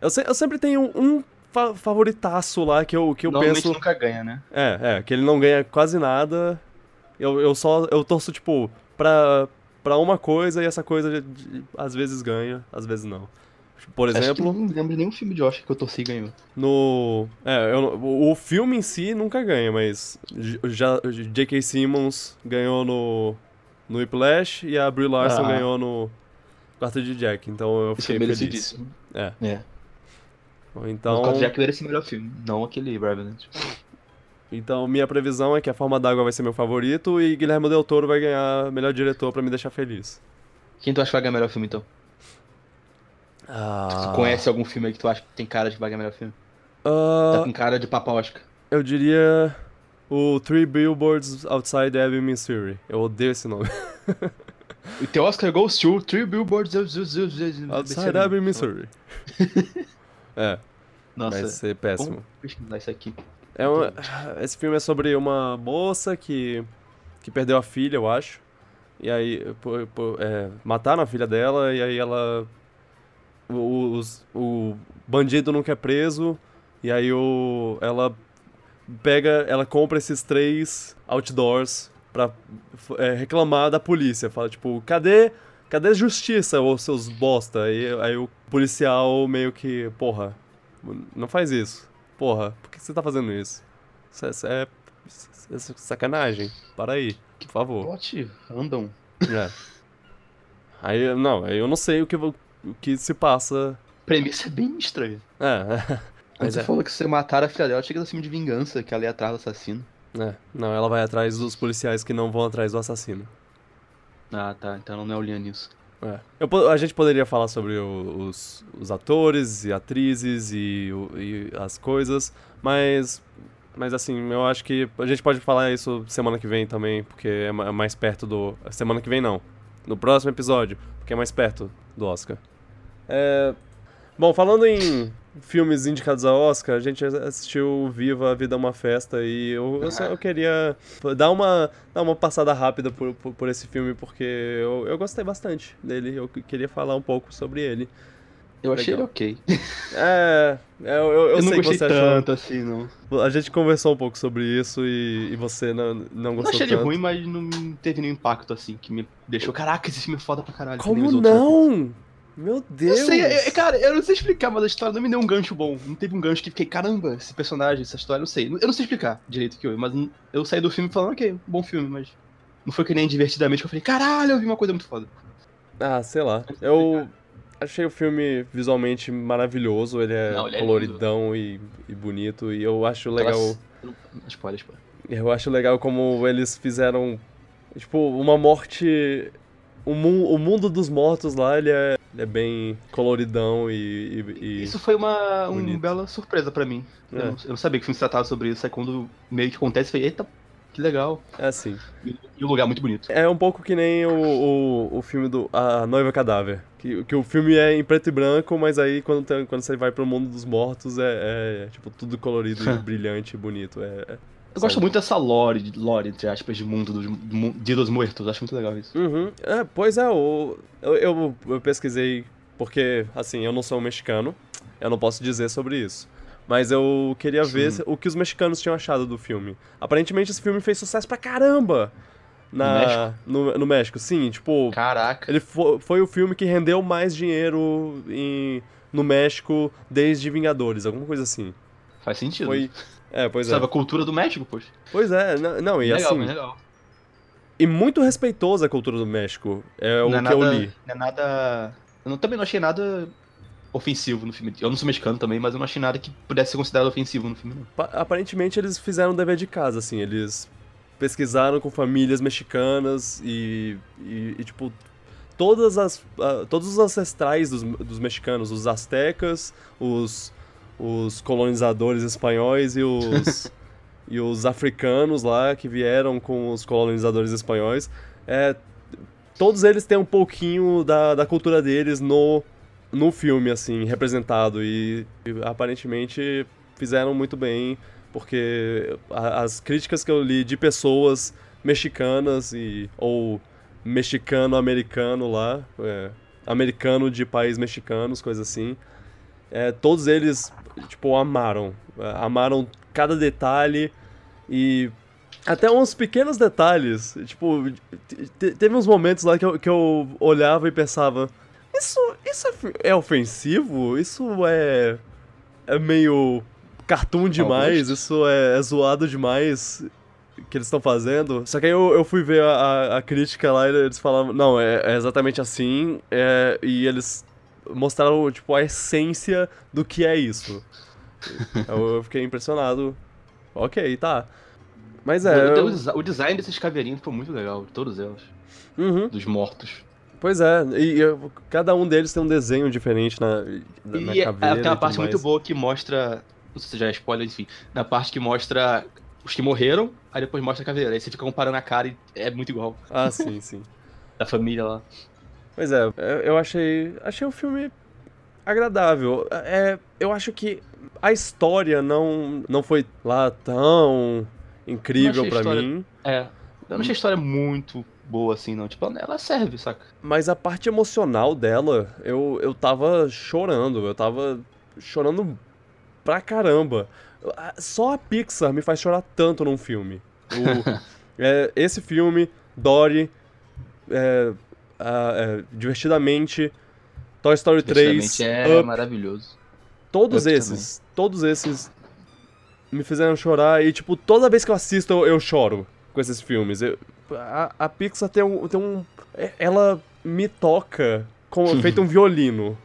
A: Eu, se- eu sempre tenho um fa- favoritaço lá que eu, que eu
B: Normalmente
A: penso.
B: nunca ganha, né?
A: É, é, que ele não ganha quase nada. Eu, eu só. Eu torço, tipo, pra, pra uma coisa e essa coisa de- de- às vezes ganha, às vezes não. Por
B: Acho que
A: exemplo,
B: não lembro de nenhum filme de Oscar que eu torci e ganhou.
A: no. É, eu não- o o filme em si nunca ganha, mas. J- Já, J.K. Simmons ganhou no. No Whiplash e a Brie Larson
B: Ah.
A: ganhou no. Quarto de Jack, então eu
B: Isso é
A: fiquei feliz.
B: merecidíssimo.
A: É.
B: É.
A: Então,
B: O Quarto Jack merece o melhor filme, não aquele Revenant.
A: então, minha previsão é que A Forma d'Água vai ser meu favorito e Guilherme Del Toro vai ganhar melhor diretor pra me deixar feliz.
B: Quem tu acha que vai ganhar melhor filme, então?
A: Ah.
B: Tu conhece algum filme aí que tu acha que tem cara de que vai ganhar melhor filme? Tá com cara de Papa Oscar.
A: Ah, eu diria o Three Billboards Outside Ebbing, Missouri. Eu odeio esse nome.
B: E teu Oscar goes to Three Billboards of- of- of- of- of-
A: Outside Ebbing, Missouri. é, vai
B: Nossa,
A: ser péssimo.
B: vamos pesquisar isso aqui.
A: um, É um- esse filme é sobre uma moça que, que perdeu a filha, eu acho. E aí, pô, pô, é, mataram a filha dela, e aí ela. O, os- o bandido nunca é preso, e aí o, ela pega. Ela compra esses três outdoors pra f- é, reclamar da polícia. Fala tipo, cadê. Cadê a justiça, ô seus bosta? Aí, aí o policial meio que, porra, não faz isso. Porra, por que você tá fazendo isso? Isso é, isso é- isso é sacanagem. Para aí, por favor.
B: Plot random.
A: É. Aí, eu- não, aí eu não sei o que, vo- o que se passa.
B: Premissa é bem estranha.
A: É,
B: Quando
A: Mas
B: você
A: é.
B: falou que você mataram a filha dela, achei que era filme de vingança, que ela ia atrás do assassino.
A: é. Não, ela vai atrás dos policiais que não vão atrás do assassino.
B: Ah, tá. Então não é o Lian nisso.
A: É. Eu po- a gente poderia falar sobre o- os, os atores e atrizes e, o- e as coisas, mas. Mas assim, eu acho que a gente pode falar isso semana que vem também, porque é ma- é mais perto do. Semana que vem não. No próximo episódio, porque é mais perto do Oscar. É, Bom, falando em filmes indicados a Oscar, a gente assistiu Viva, A Vida é uma Festa e eu, eu só eu queria dar uma, dar uma passada rápida por, por, por esse filme, porque eu, eu gostei bastante dele, eu que- queria falar um pouco sobre ele.
B: Eu achei
A: Legal.
B: ele ok.
A: É, eu, eu, eu
B: não
A: sei que
B: gostei
A: você
B: tanto assim, não.
A: achou. A gente conversou um pouco sobre isso e, e você não, não
B: Não
A: gostou
B: achei ele
A: tanto.
B: ruim, mas não teve nenhum impacto assim, que me deixou. Caraca, esse filme é foda pra caralho. que nem
A: Como
B: os outros, né?
A: não? Meu Deus!
B: Eu sei, eu- cara, eu não sei explicar, mas a história não me deu um gancho bom. Não teve um gancho que fiquei, caramba, esse personagem, essa história, eu não sei. Eu não sei explicar direito que eu, mas eu saí do filme falando, ok, bom filme, mas Não foi que nem divertidamente que eu falei, caralho, eu vi uma coisa muito foda.
A: Ah, sei lá.
B: é
A: Eu achei o filme visualmente maravilhoso, ele é
B: Não, ele é
A: coloridão e, e bonito, e eu acho legal.
B: Aquelas- Spoiler, spoiler.
A: Eu acho legal como eles fizeram, tipo, uma morte. O, mu- o mundo dos mortos lá, ele é, ele é bem coloridão e. e- e-
B: Isso foi uma um
A: Bonito.
B: bela surpresa pra mim. Eu,
A: É.
B: não, eu não sabia que o filme se tratava sobre isso. Aí quando meio que acontece, eu falei, eita, que legal.
A: é assim.
B: E e o lugar é muito bonito.
A: É um pouco que nem o, o, o filme do A Noiva Cadáver. Que, que o filme é em preto e branco, mas aí quando, tem- quando você vai pro mundo dos mortos é, é, tipo tudo colorido e brilhante e bonito. É, é-
B: Eu gosto
A: sabe?
B: muito dessa lore, de- lore entre aspas, de mundo dos, do mu- de dos muertos. Acho muito legal isso.
A: Uhum. É, pois é, o- eu, eu, eu pesquisei porque, assim, eu não sou mexicano, eu não posso dizer sobre isso. Mas eu queria ver
B: Sim.
A: se- o que os mexicanos tinham achado do filme. Aparentemente esse filme fez sucesso pra caramba!
B: No
A: Na,
B: México?
A: no, no México, sim, tipo,
B: Caraca.
A: ele foi, foi o filme que rendeu mais dinheiro em, no México desde Vingadores, alguma coisa assim.
B: Faz sentido.
A: Foi. É, pois
B: Sabe
A: é.
B: a cultura do México, poxa.
A: Pois é, não, não, e
B: legal, né?
A: assim.
B: mas legal.
A: E muito respeitosa a cultura do México. É o
B: não
A: que
B: é nada,
A: eu li.
B: Não é nada. Eu não- também não achei nada ofensivo no filme. Eu não sou mexicano também, mas eu não achei nada que pudesse ser considerado ofensivo no filme, não.
A: Pa- Aparentemente eles fizeram o dever de casa, assim, eles pesquisaram com famílias mexicanas e, e- e, tipo, todas as, ah, todos os ancestrais dos, dos mexicanos, os astecas, os, os colonizadores espanhóis e os, e os africanos lá que vieram com os colonizadores espanhóis, é, todos eles têm um pouquinho da, da cultura deles no, no filme, assim, representado e, e aparentemente fizeram muito bem, porque a- as críticas que eu li de pessoas mexicanas e ou mexicano-americano lá, é, americano de país mexicanos, coisa assim, é, todos eles tipo amaram, é, amaram cada detalhe e até uns pequenos detalhes, tipo te- te- teve uns momentos lá que eu, que eu olhava e pensava isso isso é f- é ofensivo, isso é é meio cartoon demais,
B: Augusto?
A: isso é, é zoado demais que eles estão fazendo. Só que aí eu, eu fui ver a, a- a crítica lá e eles falavam, não, é, é exatamente assim, é, e eles mostraram, tipo, a essência do que é isso. eu, eu fiquei impressionado. Ok, tá. Mas é.
B: O-
A: eu-
B: o desi- O design desses caveirinhos foi muito legal, de todos elas.
A: Uhum.
B: Dos mortos.
A: Pois é, e eu- cada um deles tem um desenho diferente na, na, na
B: e
A: caveira.
B: ela tem
A: e
B: uma parte
A: tudo
B: muito
A: mais.
B: boa que mostra. Não sei se já é spoiler, enfim. Na parte que mostra os que morreram, aí depois mostra a caveira. Aí você fica comparando a cara e é muito igual.
A: Ah, sim, sim.
B: Da família lá.
A: Pois é, eu- eu achei, achei o filme agradável. É, eu acho que a história não, não foi lá tão
B: Não
A: incrível
B: achei a
A: pra
B: história-
A: mim,
B: É. Eu não achei a história muito boa assim, não. Tipo, ela serve, saca?
A: mas a parte emocional dela, eu, eu tava chorando, eu tava chorando pra caramba. Ah, Só a Pixar me faz chorar tanto num filme. O- é, esse filme, Dory, é, ah, é, Divertidamente, Toy Story 3,
B: Definitivamente é
A: Up,
B: maravilhoso.
A: Todos
B: Eu
A: esses, todos esses me fizeram chorar e, tipo, toda vez que eu assisto eu, eu choro com esses filmes. Eu- a, a Pixar tem um, tem um. é- Ela me toca com feito um violino.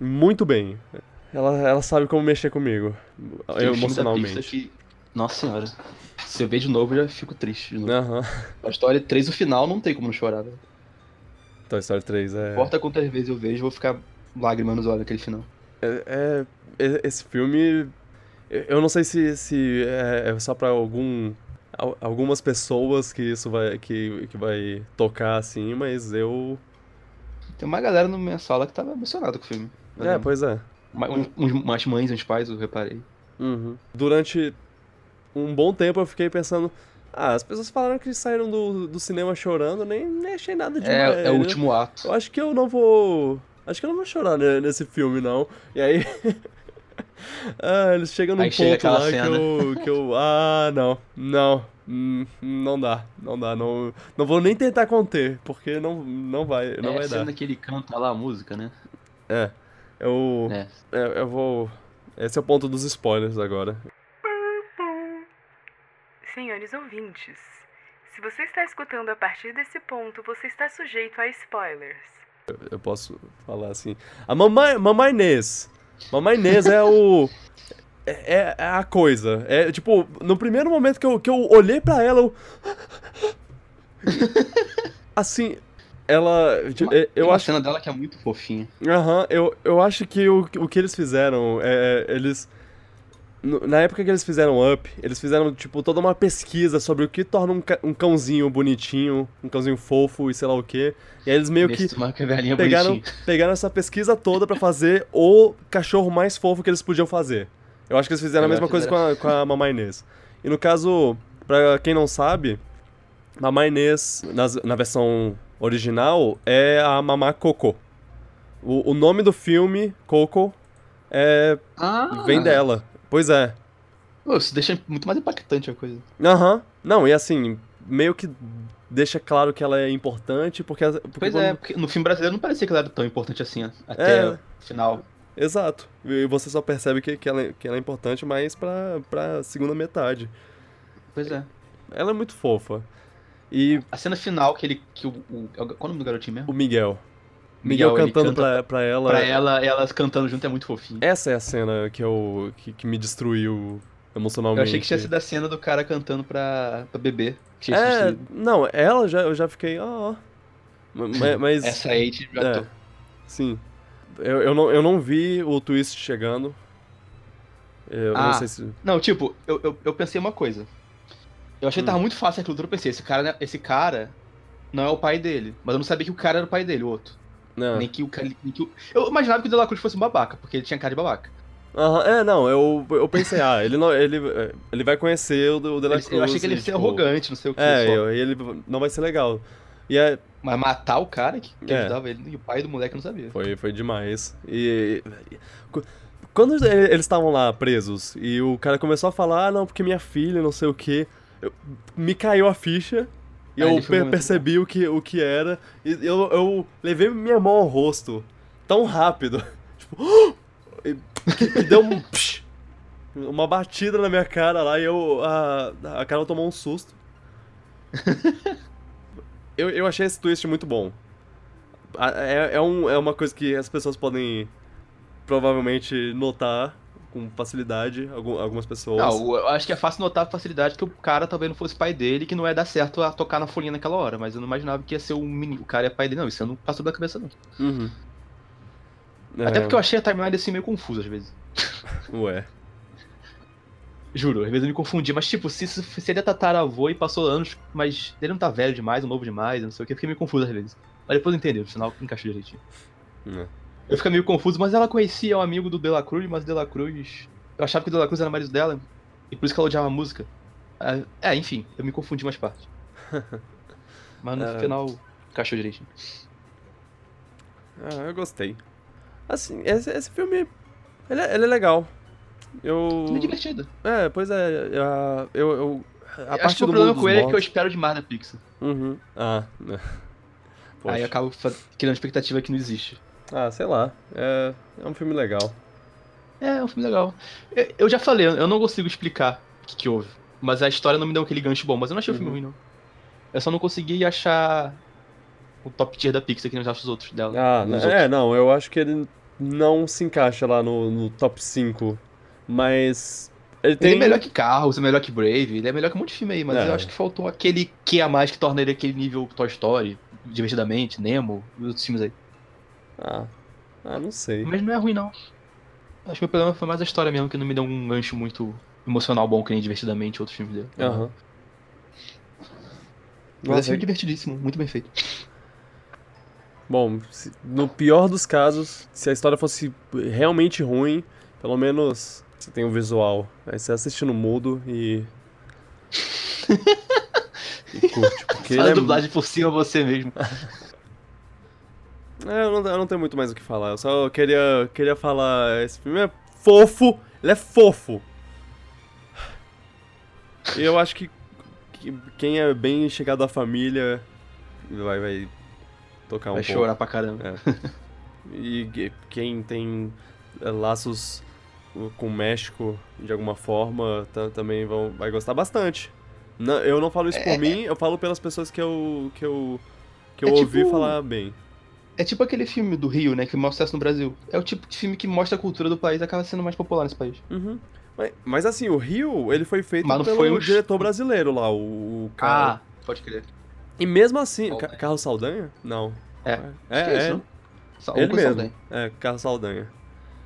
A: Muito bem. Ela, ela sabe como mexer comigo.
B: Tem um filme da Pixar
A: emocionalmente.
B: que- Nossa senhora. Se eu ver de novo, eu já fico triste de novo.
A: Aham.
B: A história 3, o final, não tem como não chorar, velho.
A: Toy Story 3 é.
B: Importa quantas vezes eu vejo, eu vou ficar lágrima nos olhos aquele final.
A: É, é- e- esse filme. eu- Eu não sei se, se é, é só pra algum al- algumas pessoas que isso vai que, que vai tocar assim, mas eu.
B: Tem uma galera na minha sala que tava emocionada com o filme. Eu
A: É,
B: lembro.
A: pois é.
B: Ma- um- uns- umas mães, uns pais, eu reparei.
A: Uhum. Durante um bom tempo eu fiquei pensando. Ah, as pessoas falaram que saíram do, do cinema chorando, nem, nem achei nada demais.
B: É, é o
A: né?
B: último ato.
A: Eu acho que eu não vou. Acho que eu não vou chorar ne- nesse filme, não. E aí. ah, eles chegam num
B: Aí
A: ponto
B: chega aquela
A: lá
B: cena.
A: que eu. que eu- Ah, não. Não. Hum, Não dá. Não dá. Não, não vou nem tentar conter, porque não, não vai. Não
B: é
A: vai
B: a cena
A: dar.
B: que ele canta lá a música, né?
A: É. Eu.
B: É.
A: Eu, eu vou. Esse é o ponto dos spoilers agora.
C: Sim, senhores ouvintes. Se você está escutando a partir desse ponto, você está sujeito a spoilers.
A: Eu posso falar assim. A mamãe, mamãe Inês. Mamãe Inês é o. É, é a coisa. É tipo, no primeiro momento que eu, que eu olhei pra ela, eu. Assim, ela. tipo, é-
B: Tem
A: Eu
B: uma
A: acho.
B: cena dela que é muito fofinha.
A: Aham, eu, eu acho que o, o que eles fizeram é. Eles. no- Na época que eles fizeram Up, eles fizeram, tipo, toda uma pesquisa sobre o que torna um, ca- um cãozinho bonitinho, um cãozinho fofo e sei lá o quê. E aí eles meio que
B: Nesse tomar que a é velhinha
A: pegaram,
B: bonitinha.
A: pegaram essa pesquisa toda pra fazer o cachorro mais fofo que eles podiam fazer. Eu acho que eles fizeram a
B: Eu
A: mesma
B: acho
A: coisa
B: que
A: com a, com a Mamãe Inês. E no caso, pra quem não sabe, Mamãe Inês, nas- na, versão original, é a Mamá Coco. O, o nome do filme, Coco, é,
B: Ah,
A: vem dela. Pois é.
B: Pô, isso deixa muito mais impactante a coisa.
A: Aham. Não, e assim, meio que deixa claro que ela é importante, porque... porque
B: Pois
A: quando-
B: é, porque no filme brasileiro não parecia que ela era tão importante assim, né? até
A: É.
B: o final.
A: Exato. E você só percebe que, que, ela, é- que ela é importante mais pra, pra segunda metade.
B: Pois é.
A: Ela é muito fofa. E
B: A cena final que ele. Que o, o- é o- qual é o nome do garotinho mesmo?
A: o Miguel. Miguel,
B: ele
A: cantando
B: canta
A: pra, pra ela.
B: pra ela, elas cantando junto é muito fofinho.
A: Essa é a cena que, eu, que, que me destruiu emocionalmente.
B: Eu achei que tinha sido a cena do cara cantando pra, pra bebê. Tinha
A: É,
B: assistido.
A: não, ela já, eu já fiquei, ó. ó. Ma- Mas.
B: Essa aí te
A: é,
B: matou.
A: sim. Eu, eu, não, eu não vi o twist chegando. Eu não
B: Ah.
A: sei se.
B: Não, tipo, eu, eu, eu pensei uma coisa. Eu achei
A: Hum.
B: que tava muito fácil a cultura, eu pensei, esse cara, né- esse cara não é o pai dele. Mas eu não sabia que o cara era o pai dele, o outro.
A: Não.
B: Nem que o cara. nem que o- Eu imaginava que o De La Cruz fosse um babaca, porque ele tinha cara de babaca.
A: Aham, é, não, eu, eu pensei, ah, ele, não, ele, ele vai conhecer o, o De La
B: Ele-
A: Cruz.
B: eu achei que ele ia
A: e,
B: ser
A: tipo,
B: arrogante, não sei o que.
A: É,
B: só.
A: eu, e ele não vai ser legal. E é,
B: Mas matar o cara que, que
A: É.
B: ajudava ele e o pai do moleque eu não sabia.
A: foi, foi demais. E. e- qu- Quando ele- eles estavam lá presos e o cara começou a falar, ah, não, porque minha filha, não sei o quê, eu- me caiu a ficha e
B: Ah,
A: eu
B: ele foi
A: per-
B: muito
A: percebi o que, o que era e eu, eu levei minha mão ao rosto tão rápido. Tipo, e- que, que deu um. psh, uma batida na minha cara lá e eu. A, a Carol tomou um susto. eu, eu achei esse twist muito bom. A- É, é, um, é uma coisa que as pessoas podem provavelmente notar com facilidade, algum- algumas pessoas.
B: Não, eu acho que é fácil notar a facilidade que o cara talvez não fosse pai dele, que não ia dar certo a tocar na folhinha naquela hora, mas eu não imaginava que ia ser um menino. O cara é pai dele, não, isso eu não passou pela cabeça, não.
A: Uhum. É.
B: Até porque eu achei a timeline assim meio confusa às vezes.
A: eu... Ué.
B: Juro, às vezes eu me confundi, mas tipo, se, isso- se ele é tataravô e passou anos, mas ele não tá velho demais, ou novo demais, eu não sei o que, eu fiquei meio confuso às vezes. Mas depois eu entendi, no final encaixou direitinho.
A: Hum.
B: Eu fiquei meio confuso, mas ela conhecia o amigo do De La Cruz, mas o De La Cruz. Eu achava que o De La Cruz era marido dela, e por isso que ela odiava a música. Ah, É, enfim, eu me confundi mais parte. Mas no
A: É.
B: final encaixou direitinho.
A: Ah, eu gostei. Assim, esse, esse filme. Ele é, ele é legal. Eu.
B: Me divertido.
A: É, pois é. a- Eu. eu a
B: Acho
A: parte
B: que o
A: do
B: problema
A: mundo
B: com
A: dos
B: ele é que eu
A: mortos-
B: espero demais na Pixar.
A: Uhum. Ah. né. Poxa.
B: Aí eu acabo fa- criando expectativa que não existe.
A: Ah, sei lá. É, é um filme legal.
B: É, é um filme legal. Eu- Eu já falei, eu não consigo explicar o que, que houve. Mas a história não me deu aquele gancho bom, mas eu não achei o filme
A: Uhum.
B: ruim, não. Eu só não consegui achar o top tier da Pixar que não acho os outros dela.
A: Ah,
B: dos
A: é, não. Eu acho que ele não se encaixa lá no, no top 5. Mas. Ele tem.
B: Ele é melhor que Carros, é melhor que Brave, ele é melhor que um monte de filme aí, mas
A: É.
B: eu acho que faltou aquele que a mais que torna ele aquele nível Toy Story, divertidamente, Nemo, os outros filmes aí.
A: Ah. Ah, não sei.
B: Mas não é ruim, não. Acho que o meu problema foi mais a história mesmo, que não me deu um gancho muito emocional bom, que nem divertidamente outros filmes dele.
A: Aham.
B: Mas é
A: Nossa,
B: filme divertidíssimo, muito bem feito.
A: Bom, se- no pior dos casos, se a história fosse realmente ruim, pelo menos você tem o visual. Aí você assiste no mudo e. e curte. Porque ele
B: Faz a
A: é...
B: dublagem por cima você mesmo.
A: É, eu, não, eu não tenho muito mais o que falar. Eu só queria, queria falar. Esse filme é fofo! Ele é fofo! E eu acho que, que quem é bem chegado à família vai, vai tocar um
B: Vai
A: pouco.
B: chorar pra caramba.
A: E que- quem tem eh, laços com o México de alguma forma ta- também vão, vai gostar bastante. Não, eu não falo isso por mim, eu falo pelas pessoas que eu, que eu, que eu
B: É
A: ouvi
B: tipo-
A: falar bem.
B: É tipo aquele filme do Rio, né? Que mostra sucesso no Brasil. É o tipo de filme que mostra a cultura do país e acaba sendo mais popular nesse país.
A: Uhum. Mas, mas assim, o Rio, ele foi feito
B: Mas não
A: pelo
B: foi um-
A: diretor brasileiro lá, o, o Carlos.
B: Ah, pode crer.
A: E mesmo assim, Ca
B: Saldanha.
A: Carlos Saldanha? Não.
B: É.
A: É,
B: Acho que é
A: é,
B: isso, né? Sa-
A: ele
B: Hugo
A: mesmo.
B: Saldanha.
A: é, Carlos Saldanha.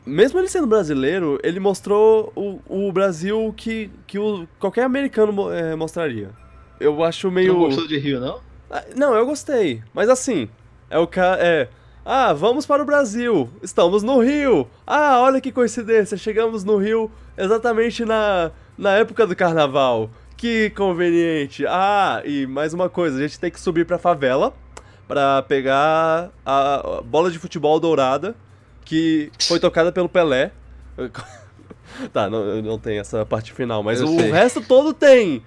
A: Mesmo ele sendo brasileiro, ele mostrou o, o Brasil que, que o, qualquer americano mo- é, mostraria. Eu acho
B: Tu
A: meio.
B: Não gostou de Rio, não?
A: Ah, Não, eu gostei. Mas assim, é o cara. É. Ah, vamos para o Brasil! Estamos no Rio! Ah, olha que coincidência! Chegamos no Rio exatamente na, na época do carnaval. Que conveniente! Ah, e mais uma coisa: a gente tem que subir pra favela pra pegar a bola de futebol dourada que foi tocada pelo Pelé. tá, não, não tem essa parte final, mas
B: Eu
A: o
B: sei.
A: resto todo tem!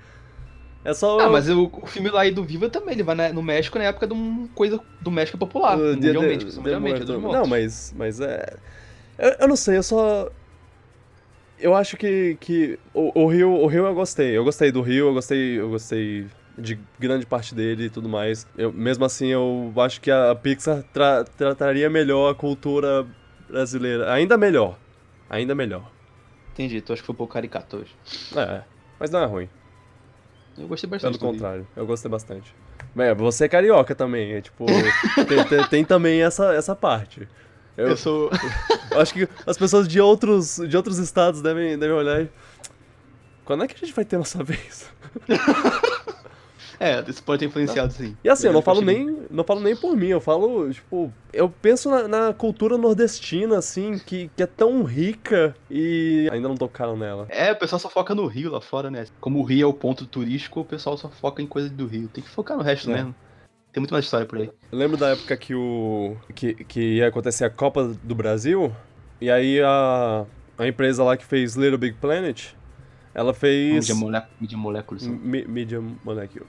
A: É só.
B: Ah, mas o, o filme lá aí do Viva também, ele vai na- no México na época de uma coisa do México é popular.
A: Uh, Dia
B: mundialmente,
A: de- Demora-
B: mundialmente, é dos
A: Não,
B: mortos.
A: mas, mas é. Eu, eu não sei, eu só. Eu acho que, que o, o Rio, o Rio eu gostei. Eu gostei do Rio, eu gostei, eu gostei de grande parte dele e tudo mais. Eu, mesmo assim, eu acho que a Pixar tra- trataria melhor a cultura brasileira. Ainda melhor. Ainda melhor.
B: Entendi, tu acho que foi um pouco caricato hoje.
A: É, mas não é ruim.
B: Eu gostei
A: Pelo
B: bastante. do Rio.
A: contrário, eu gostei bastante. Bem, você é carioca também, é tipo. tem, tem- tem também essa, essa parte.
B: Eu, sou.
A: Eu acho que as pessoas de outros, de outros estados devem, devem olhar e. Quando é que a gente vai ter nossa vez?
B: É, isso pode ter influenciado, sim.
A: E assim, eu não falo
B: Continua.
A: nem, não falo nem por mim, eu falo, tipo, eu penso na, na cultura nordestina, assim, que, que é tão rica e ainda não tocaram nela.
B: É, o pessoal só foca no Rio lá fora, né? Como o Rio é o ponto turístico, o pessoal só foca em coisa do Rio. Tem que focar no resto
A: É.
B: mesmo. Tem muito mais história por aí.
A: Eu lembro da época que o. que, que ia acontecer a Copa do Brasil, e aí a, a empresa lá que fez Little Big Planet, ela fez.
B: Mídia, mole... Mídia molécula. assim. só.
A: Mi- Media Molecule.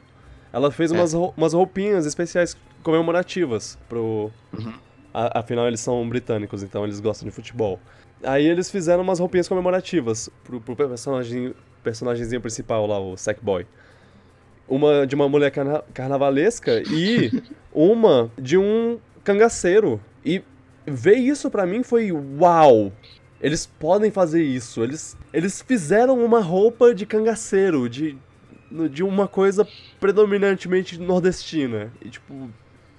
A: Ela fez
B: É.
A: umas, rou- umas roupinhas especiais comemorativas pro.
B: Uhum.
A: A- afinal, eles são britânicos, então eles gostam de futebol. Aí eles fizeram umas roupinhas comemorativas pro, pro personagem, personagemzinho principal lá, o Sackboy. Uma de uma mulher carna- carnavalesca e uma de um cangaceiro. E ver isso pra mim foi uau! Eles podem fazer isso. Eles, eles fizeram uma roupa de cangaceiro, de, no- de uma coisa predominantemente nordestina. E, tipo,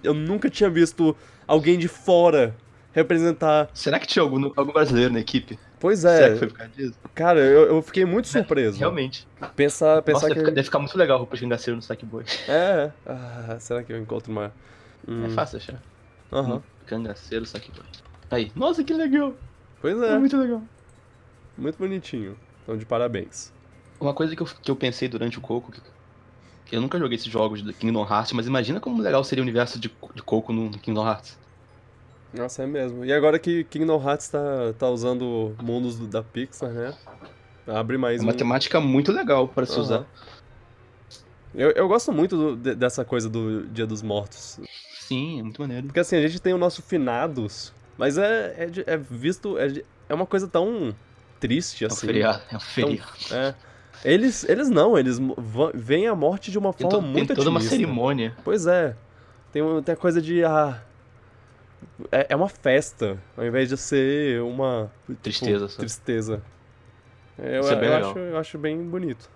A: eu nunca tinha visto alguém de fora representar.
B: Será que tinha algum, algum brasileiro na equipe?
A: Pois
B: Será que
A: é,
B: foi por causa disso?
A: cara, eu, eu fiquei muito surpreso.
B: É, Realmente.
A: Pensar,
B: Nossa,
A: pensar
B: deve,
A: que.
B: ficar, deve ficar muito legal a roupa de cangaceiro no Sackboy.
A: É. Ah, será que eu encontro uma. Hum,
B: É fácil achar.
A: aham.
B: Cangaceiro, Sackboy. Aí. Nossa, que legal.
A: Pois
B: É
A: é,
B: muito legal.
A: muito bonitinho. Então, de parabéns.
B: Uma coisa que eu, que eu pensei durante o Coco, que que eu nunca joguei esses jogos do Kingdom Hearts, mas imagina como legal seria o universo de, de Coco no Kingdom Hearts.
A: Nossa, é mesmo. E agora que Kingdom Hearts tá, tá usando mundos do- da Pixar, né? Abre mais
B: É
A: um.
B: uma temática muito legal para se
A: Aham.
B: usar.
A: Eu, eu gosto muito do- de- dessa coisa do Dia dos Mortos.
B: Sim, é muito maneiro.
A: Porque assim, a gente tem o nosso finados, mas é, é, de- é visto. É, de- é uma coisa tão triste
B: É um
A: assim.
B: feriado, é um feriado.
A: É. Eles, eles não, eles mo- va- veem a morte de uma
B: Tem,
A: forma
B: to- tem
A: muito
B: toda uma
A: otimista.
B: cerimônia.
A: Pois é. Tem, um- tem a coisa de. Ah, é, é uma festa, ao invés de ser uma. tipo,
B: Tristeza só.
A: Tristeza. Eu,
B: Isso é bem
A: eu
B: legal.
A: acho, eu acho bem bonito.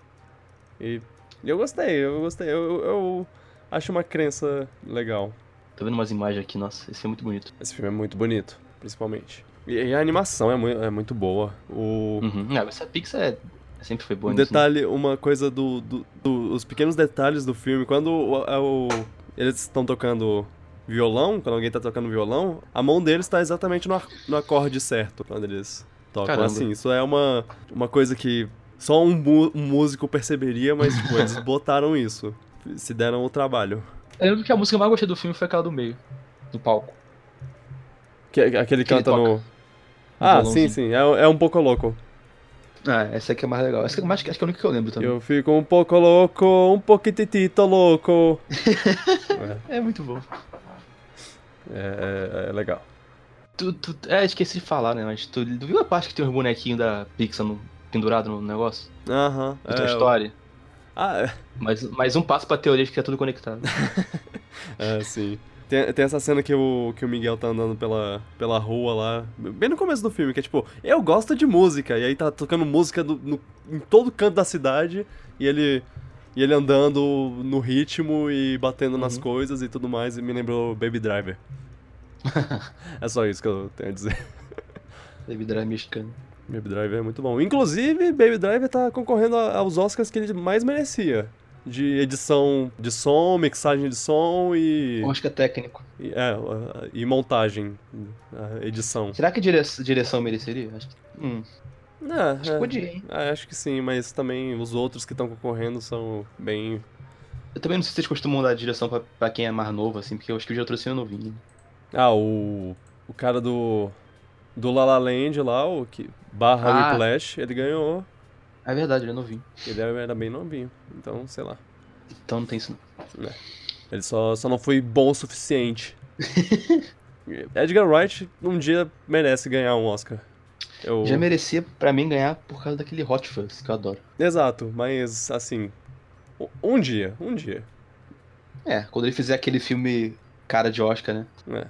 A: E eu gostei, eu gostei. Eu, eu- eu acho uma crença legal.
B: Tô vendo umas imagens aqui, nossa, isso é muito bonito.
A: Esse filme é muito bonito, principalmente. E, e a animação é, mui- é muito boa. O.
B: Uhum. Não, essa Pixar é- sempre foi boa
A: Um
B: nisso, né?
A: detalhe, uma coisa do, do- do- Os pequenos detalhes do filme. Quando o- é o- eles estão tocando violão, quando alguém tá tocando violão, a mão deles tá exatamente no, ar- no acorde certo quando eles tocam.
B: Caramba.
A: Assim, isso é uma, uma coisa que só um, mu- um músico perceberia, mas tipo, eles botaram isso. Se deram o trabalho.
B: Eu lembro que a música que eu mais gostei do filme foi aquela do meio, do palco.
A: Que, aquele
B: Que ele
A: canta
B: toca.
A: no. Ah, sim,
B: violãozinho.
A: sim. É, é um pouco louco.
B: Ah, essa aqui é mais legal. Essa aqui é mais, acho que é a única que eu lembro também.
A: Eu fico um pouco louco, um pouquitito louco.
B: É muito bom.
A: É- é- é legal.
B: Tu, tu, é, esqueci de falar, né? Mas tu, tu viu a parte que tem os bonequinhos da Pixar no- pendurado no negócio?
A: Aham.
B: Do
A: é,
B: Toy Story?
A: Ah, é.
B: Mais, mais um passo pra teoria de que é tudo conectado.
A: É, sim. Tem, tem essa cena que o, que o Miguel tá andando pela, pela rua lá, bem no começo do filme, que é tipo, eu gosto de música, e aí tá tocando música do- no- em todo canto da cidade, e ele, e ele andando no ritmo e batendo nas
B: Uhum.
A: coisas e tudo mais, e me lembrou Baby Driver. é só isso que eu tenho a dizer.
B: Baby Drive mexicano.
A: Baby Driver é muito bom. Inclusive, Baby Driver tá concorrendo a- aos Oscars que ele mais merecia. De edição de som, mixagem de som e.
B: Oscar técnico.
A: E, é, a- a- e montagem, a edição.
B: Será que dire- direção mereceria? Acho que, hum,
A: É,
B: acho
A: é.
B: que podia, hein?
A: É, acho que sim, mas também os outros que estão concorrendo são bem.
B: Eu também não sei se vocês costumam dar direção pra, pra quem é mais novo, assim, porque eu acho que o Geotrocínio é novinho.
A: Ah, o. O cara do. Do La La Land lá, o que. Barra
B: Ah.
A: Whiplash, ele ganhou.
B: É verdade, ele é novinho.
A: Ele era bem novinho. Então, sei lá.
B: Então não tem isso não.
A: Ele só, só não foi bom o suficiente. Edgar Wright um dia merece ganhar um Oscar. Eu...
B: Já merecia, pra mim, ganhar por causa daquele Hot Fuzz, que eu adoro.
A: Exato, mas assim. u- Um dia, um dia.
B: É, quando ele fizer aquele filme cara de Oscar, né?
A: É.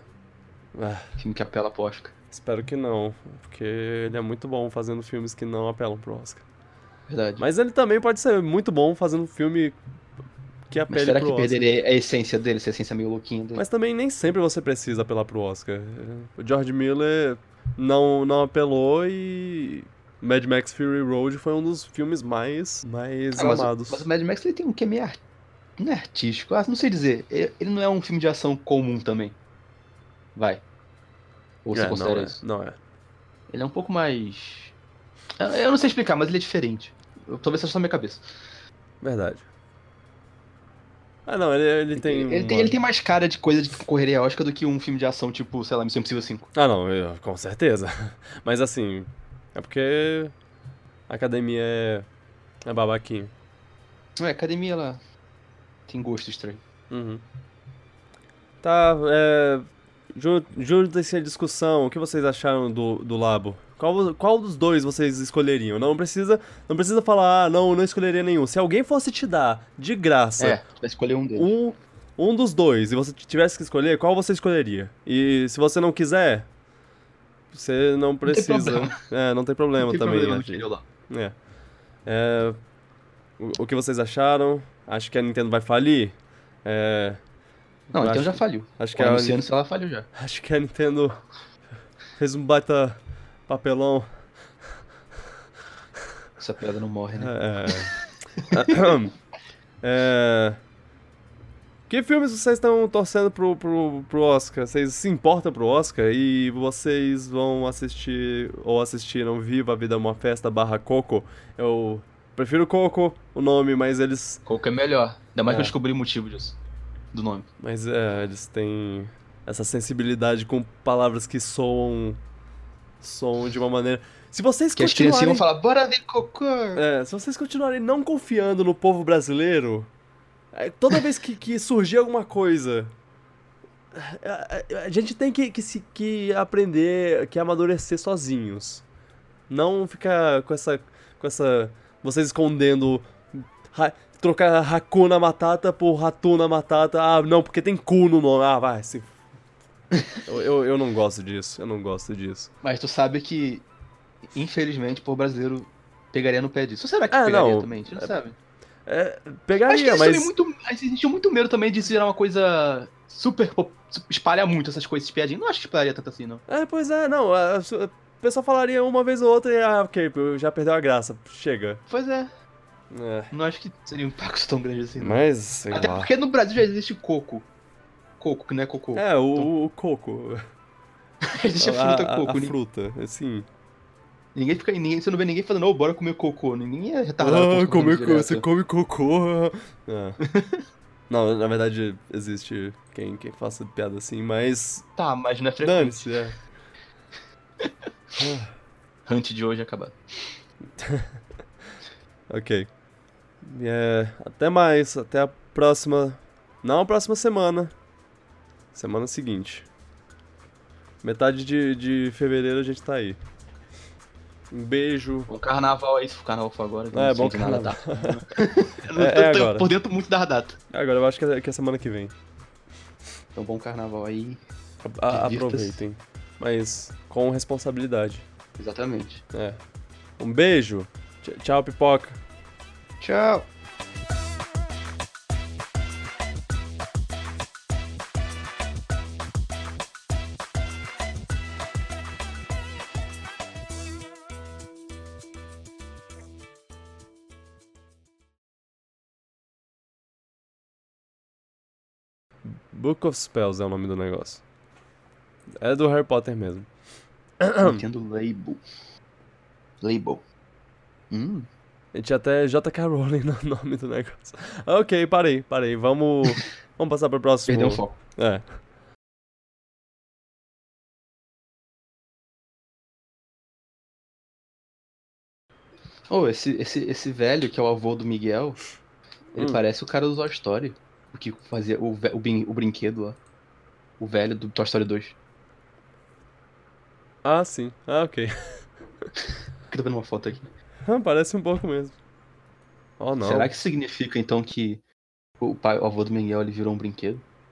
A: Ah.
B: Filme que apela pro Oscar.
A: Espero que não, porque ele é muito bom fazendo filmes que não apelam pro Oscar.
B: Verdade.
A: Mas
B: Mas,
A: ele também pode ser muito bom fazendo filme que apele
B: será
A: pro
B: que
A: Oscar.
B: perderia a essência dele, essa essência meio louquinha dele?
A: Mas também nem sempre você precisa apelar pro Oscar. É, O George Miller não, não apelou e Mad Max Fury Road foi um dos filmes mais, mais
B: Ah, mas, o-
A: amados.
B: mas o Mad Max ele tem um que é meio ar- não é artístico. Ah, não sei dizer. Ele, ele não é um filme de ação comum também. Vai. Ou você
A: É,
B: considera
A: não é,
B: isso?
A: Não é.
B: Ele é um pouco mais. Eu- Eu não sei explicar, mas ele é diferente. Eu- Talvez seja só minha cabeça.
A: Verdade. Ah, não, ele, ele tem. um
B: ele, tem
A: uma-
B: um ele tem mais cara de coisa de que concorreria a Oscar do que um filme de ação, tipo, sei lá, Missão Impossível 5.
A: Ah, não, eu- com certeza. Mas assim, é porque a academia é, é babaquinho.
B: Não é, academia, ela tem gosto estranho.
A: Uhum. Tá, é, jun- juntem-se à discussão. O que vocês acharam do, do Labo? Qual, vo- qual dos dois vocês escolheriam? Não precisa, não precisa falar, ah, não, não escolheria nenhum. Se alguém fosse te dar, de graça,
B: É, vai escolher um deles.
A: um, um dos dois e você t- tivesse que escolher, qual você escolheria? E se você não quiser, você não precisa.
B: problema.
A: é, não tem problema
B: Tem
A: também.
B: problema,
A: né,
B: não escolheu lá.
A: é. É, o, o que vocês acharam? Acho que a Nintendo vai falir. É,
B: Não,
A: Eu
B: então
A: acho-
B: já faliu.
A: acho, que é
B: Com a
A: a,
B: Luciano, sei lá, falhou já.
A: acho que a Nintendo fez um baita papelão.
B: Essa piada não morre, né?
A: É, é, que filmes vocês estão torcendo pro, pro, pro Oscar? Vocês se importam pro Oscar? E vocês vão assistir ou assistiram Viva a Vida é uma Festa barra Coco? Eu prefiro Coco, o nome, mas eles
B: Qual que é melhor? Ainda mais que
A: É.
B: eu descobri o motivo disso. Do nome.
A: Mas é, eles têm essa sensibilidade com palavras que soam, soam de uma maneira. Se vocês
B: Que é assim, as criancinhas
A: continuarem,
B: vão falar, bora ver cocô.
A: é, se vocês continuarem não confiando no povo brasileiro, é, toda vez que, que surgir alguma coisa, é, a, a- a gente tem que, que se que aprender, que amadurecer sozinhos. Não ficar com essa com essa vocês escondendo ra- trocar racuna matata por ratuna matata. Ah, não, porque tem cu no nome. Ah, vai, se eu, eu, eu não gosto disso, eu não gosto disso.
B: Mas tu sabe que, infelizmente, o povo brasileiro pegaria no pé disso. Ou será que
A: Ah,
B: pegaria
A: não.
B: também? A gente não sabe.
A: É,
B: Acho que
A: pegaria,
B: eles
A: mas
B: também muito, acho que existe muito medo também de virar uma coisa super. pop- espalha muito essas coisas, essas piadinhas. Não acho que espalharia tanto assim, não.
A: É, pois é, não. A, a, su- a pessoa falaria uma vez ou outra e, ah, ok, eu já perdeu a graça, chega.
B: Pois é,
A: É.
B: não acho que seria um impacto tão grande assim, não.
A: Mas, sei
B: Até
A: lá.
B: porque no Brasil já existe coco. Coco, que não é cocô.
A: É, o, o- o coco.
B: existe
A: a,
B: a fruta
A: a- a
B: coco. né? Ni-
A: fruta, assim.
B: Ninguém fica. Ninguém, você não vê ninguém falando, ô, bora comer cocô. Ninguém é retardado.
A: ah, comer
B: por comer
A: co-
B: direto.
A: você come cocô. É. não, na verdade, existe quem, quem faça piada assim, mas.
B: Tá, mas não é frequente.
A: Dane-se, é. Ah,
B: Hunt de hoje é acabado.
A: ok. É, até mais, até a próxima. Não a próxima semana. Semana seguinte. Metade de, de fevereiro a gente tá aí. Um beijo.
B: O carnaval é isso, o carnaval foi agora. que eu
A: Ah, é
B: não sei
A: bom
B: de nada da
A: carnaval.
B: data. Eu não
A: É,
B: tô-
A: é
B: tô
A: agora.
B: por dentro muito da data.
A: Agora eu acho que é, que é semana que vem.
B: Então, bom carnaval aí.
A: A- a-
B: Divirta-se.
A: aproveitem. Mas com responsabilidade.
B: Exatamente.
A: É. Um beijo. Tch- Tchau, pipoca.
B: Tchau.
A: Book of Spells é o nome do negócio. É do Harry Potter mesmo. Hum.
B: Nintendo Label. Label. Hum.
A: E tinha até J.K. Rowling no nome do negócio. Ok, parei, parei. Vamos, vamos passar pro próximo.
B: Perdeu o foco.
A: É.
B: Oh, esse, esse, esse velho que é o avô do Miguel, ele
A: Hum.
B: parece o cara do Toy Story. O que fazia o, ve- o, brin- o brinquedo lá. O velho do Toy Story 2.
A: Ah, sim. Ah, ok.
B: Que tô vendo uma foto aqui.
A: Parece um pouco mesmo. Oh, não.
B: Será que significa então que o pai, o avô do Miguel, ele virou um brinquedo?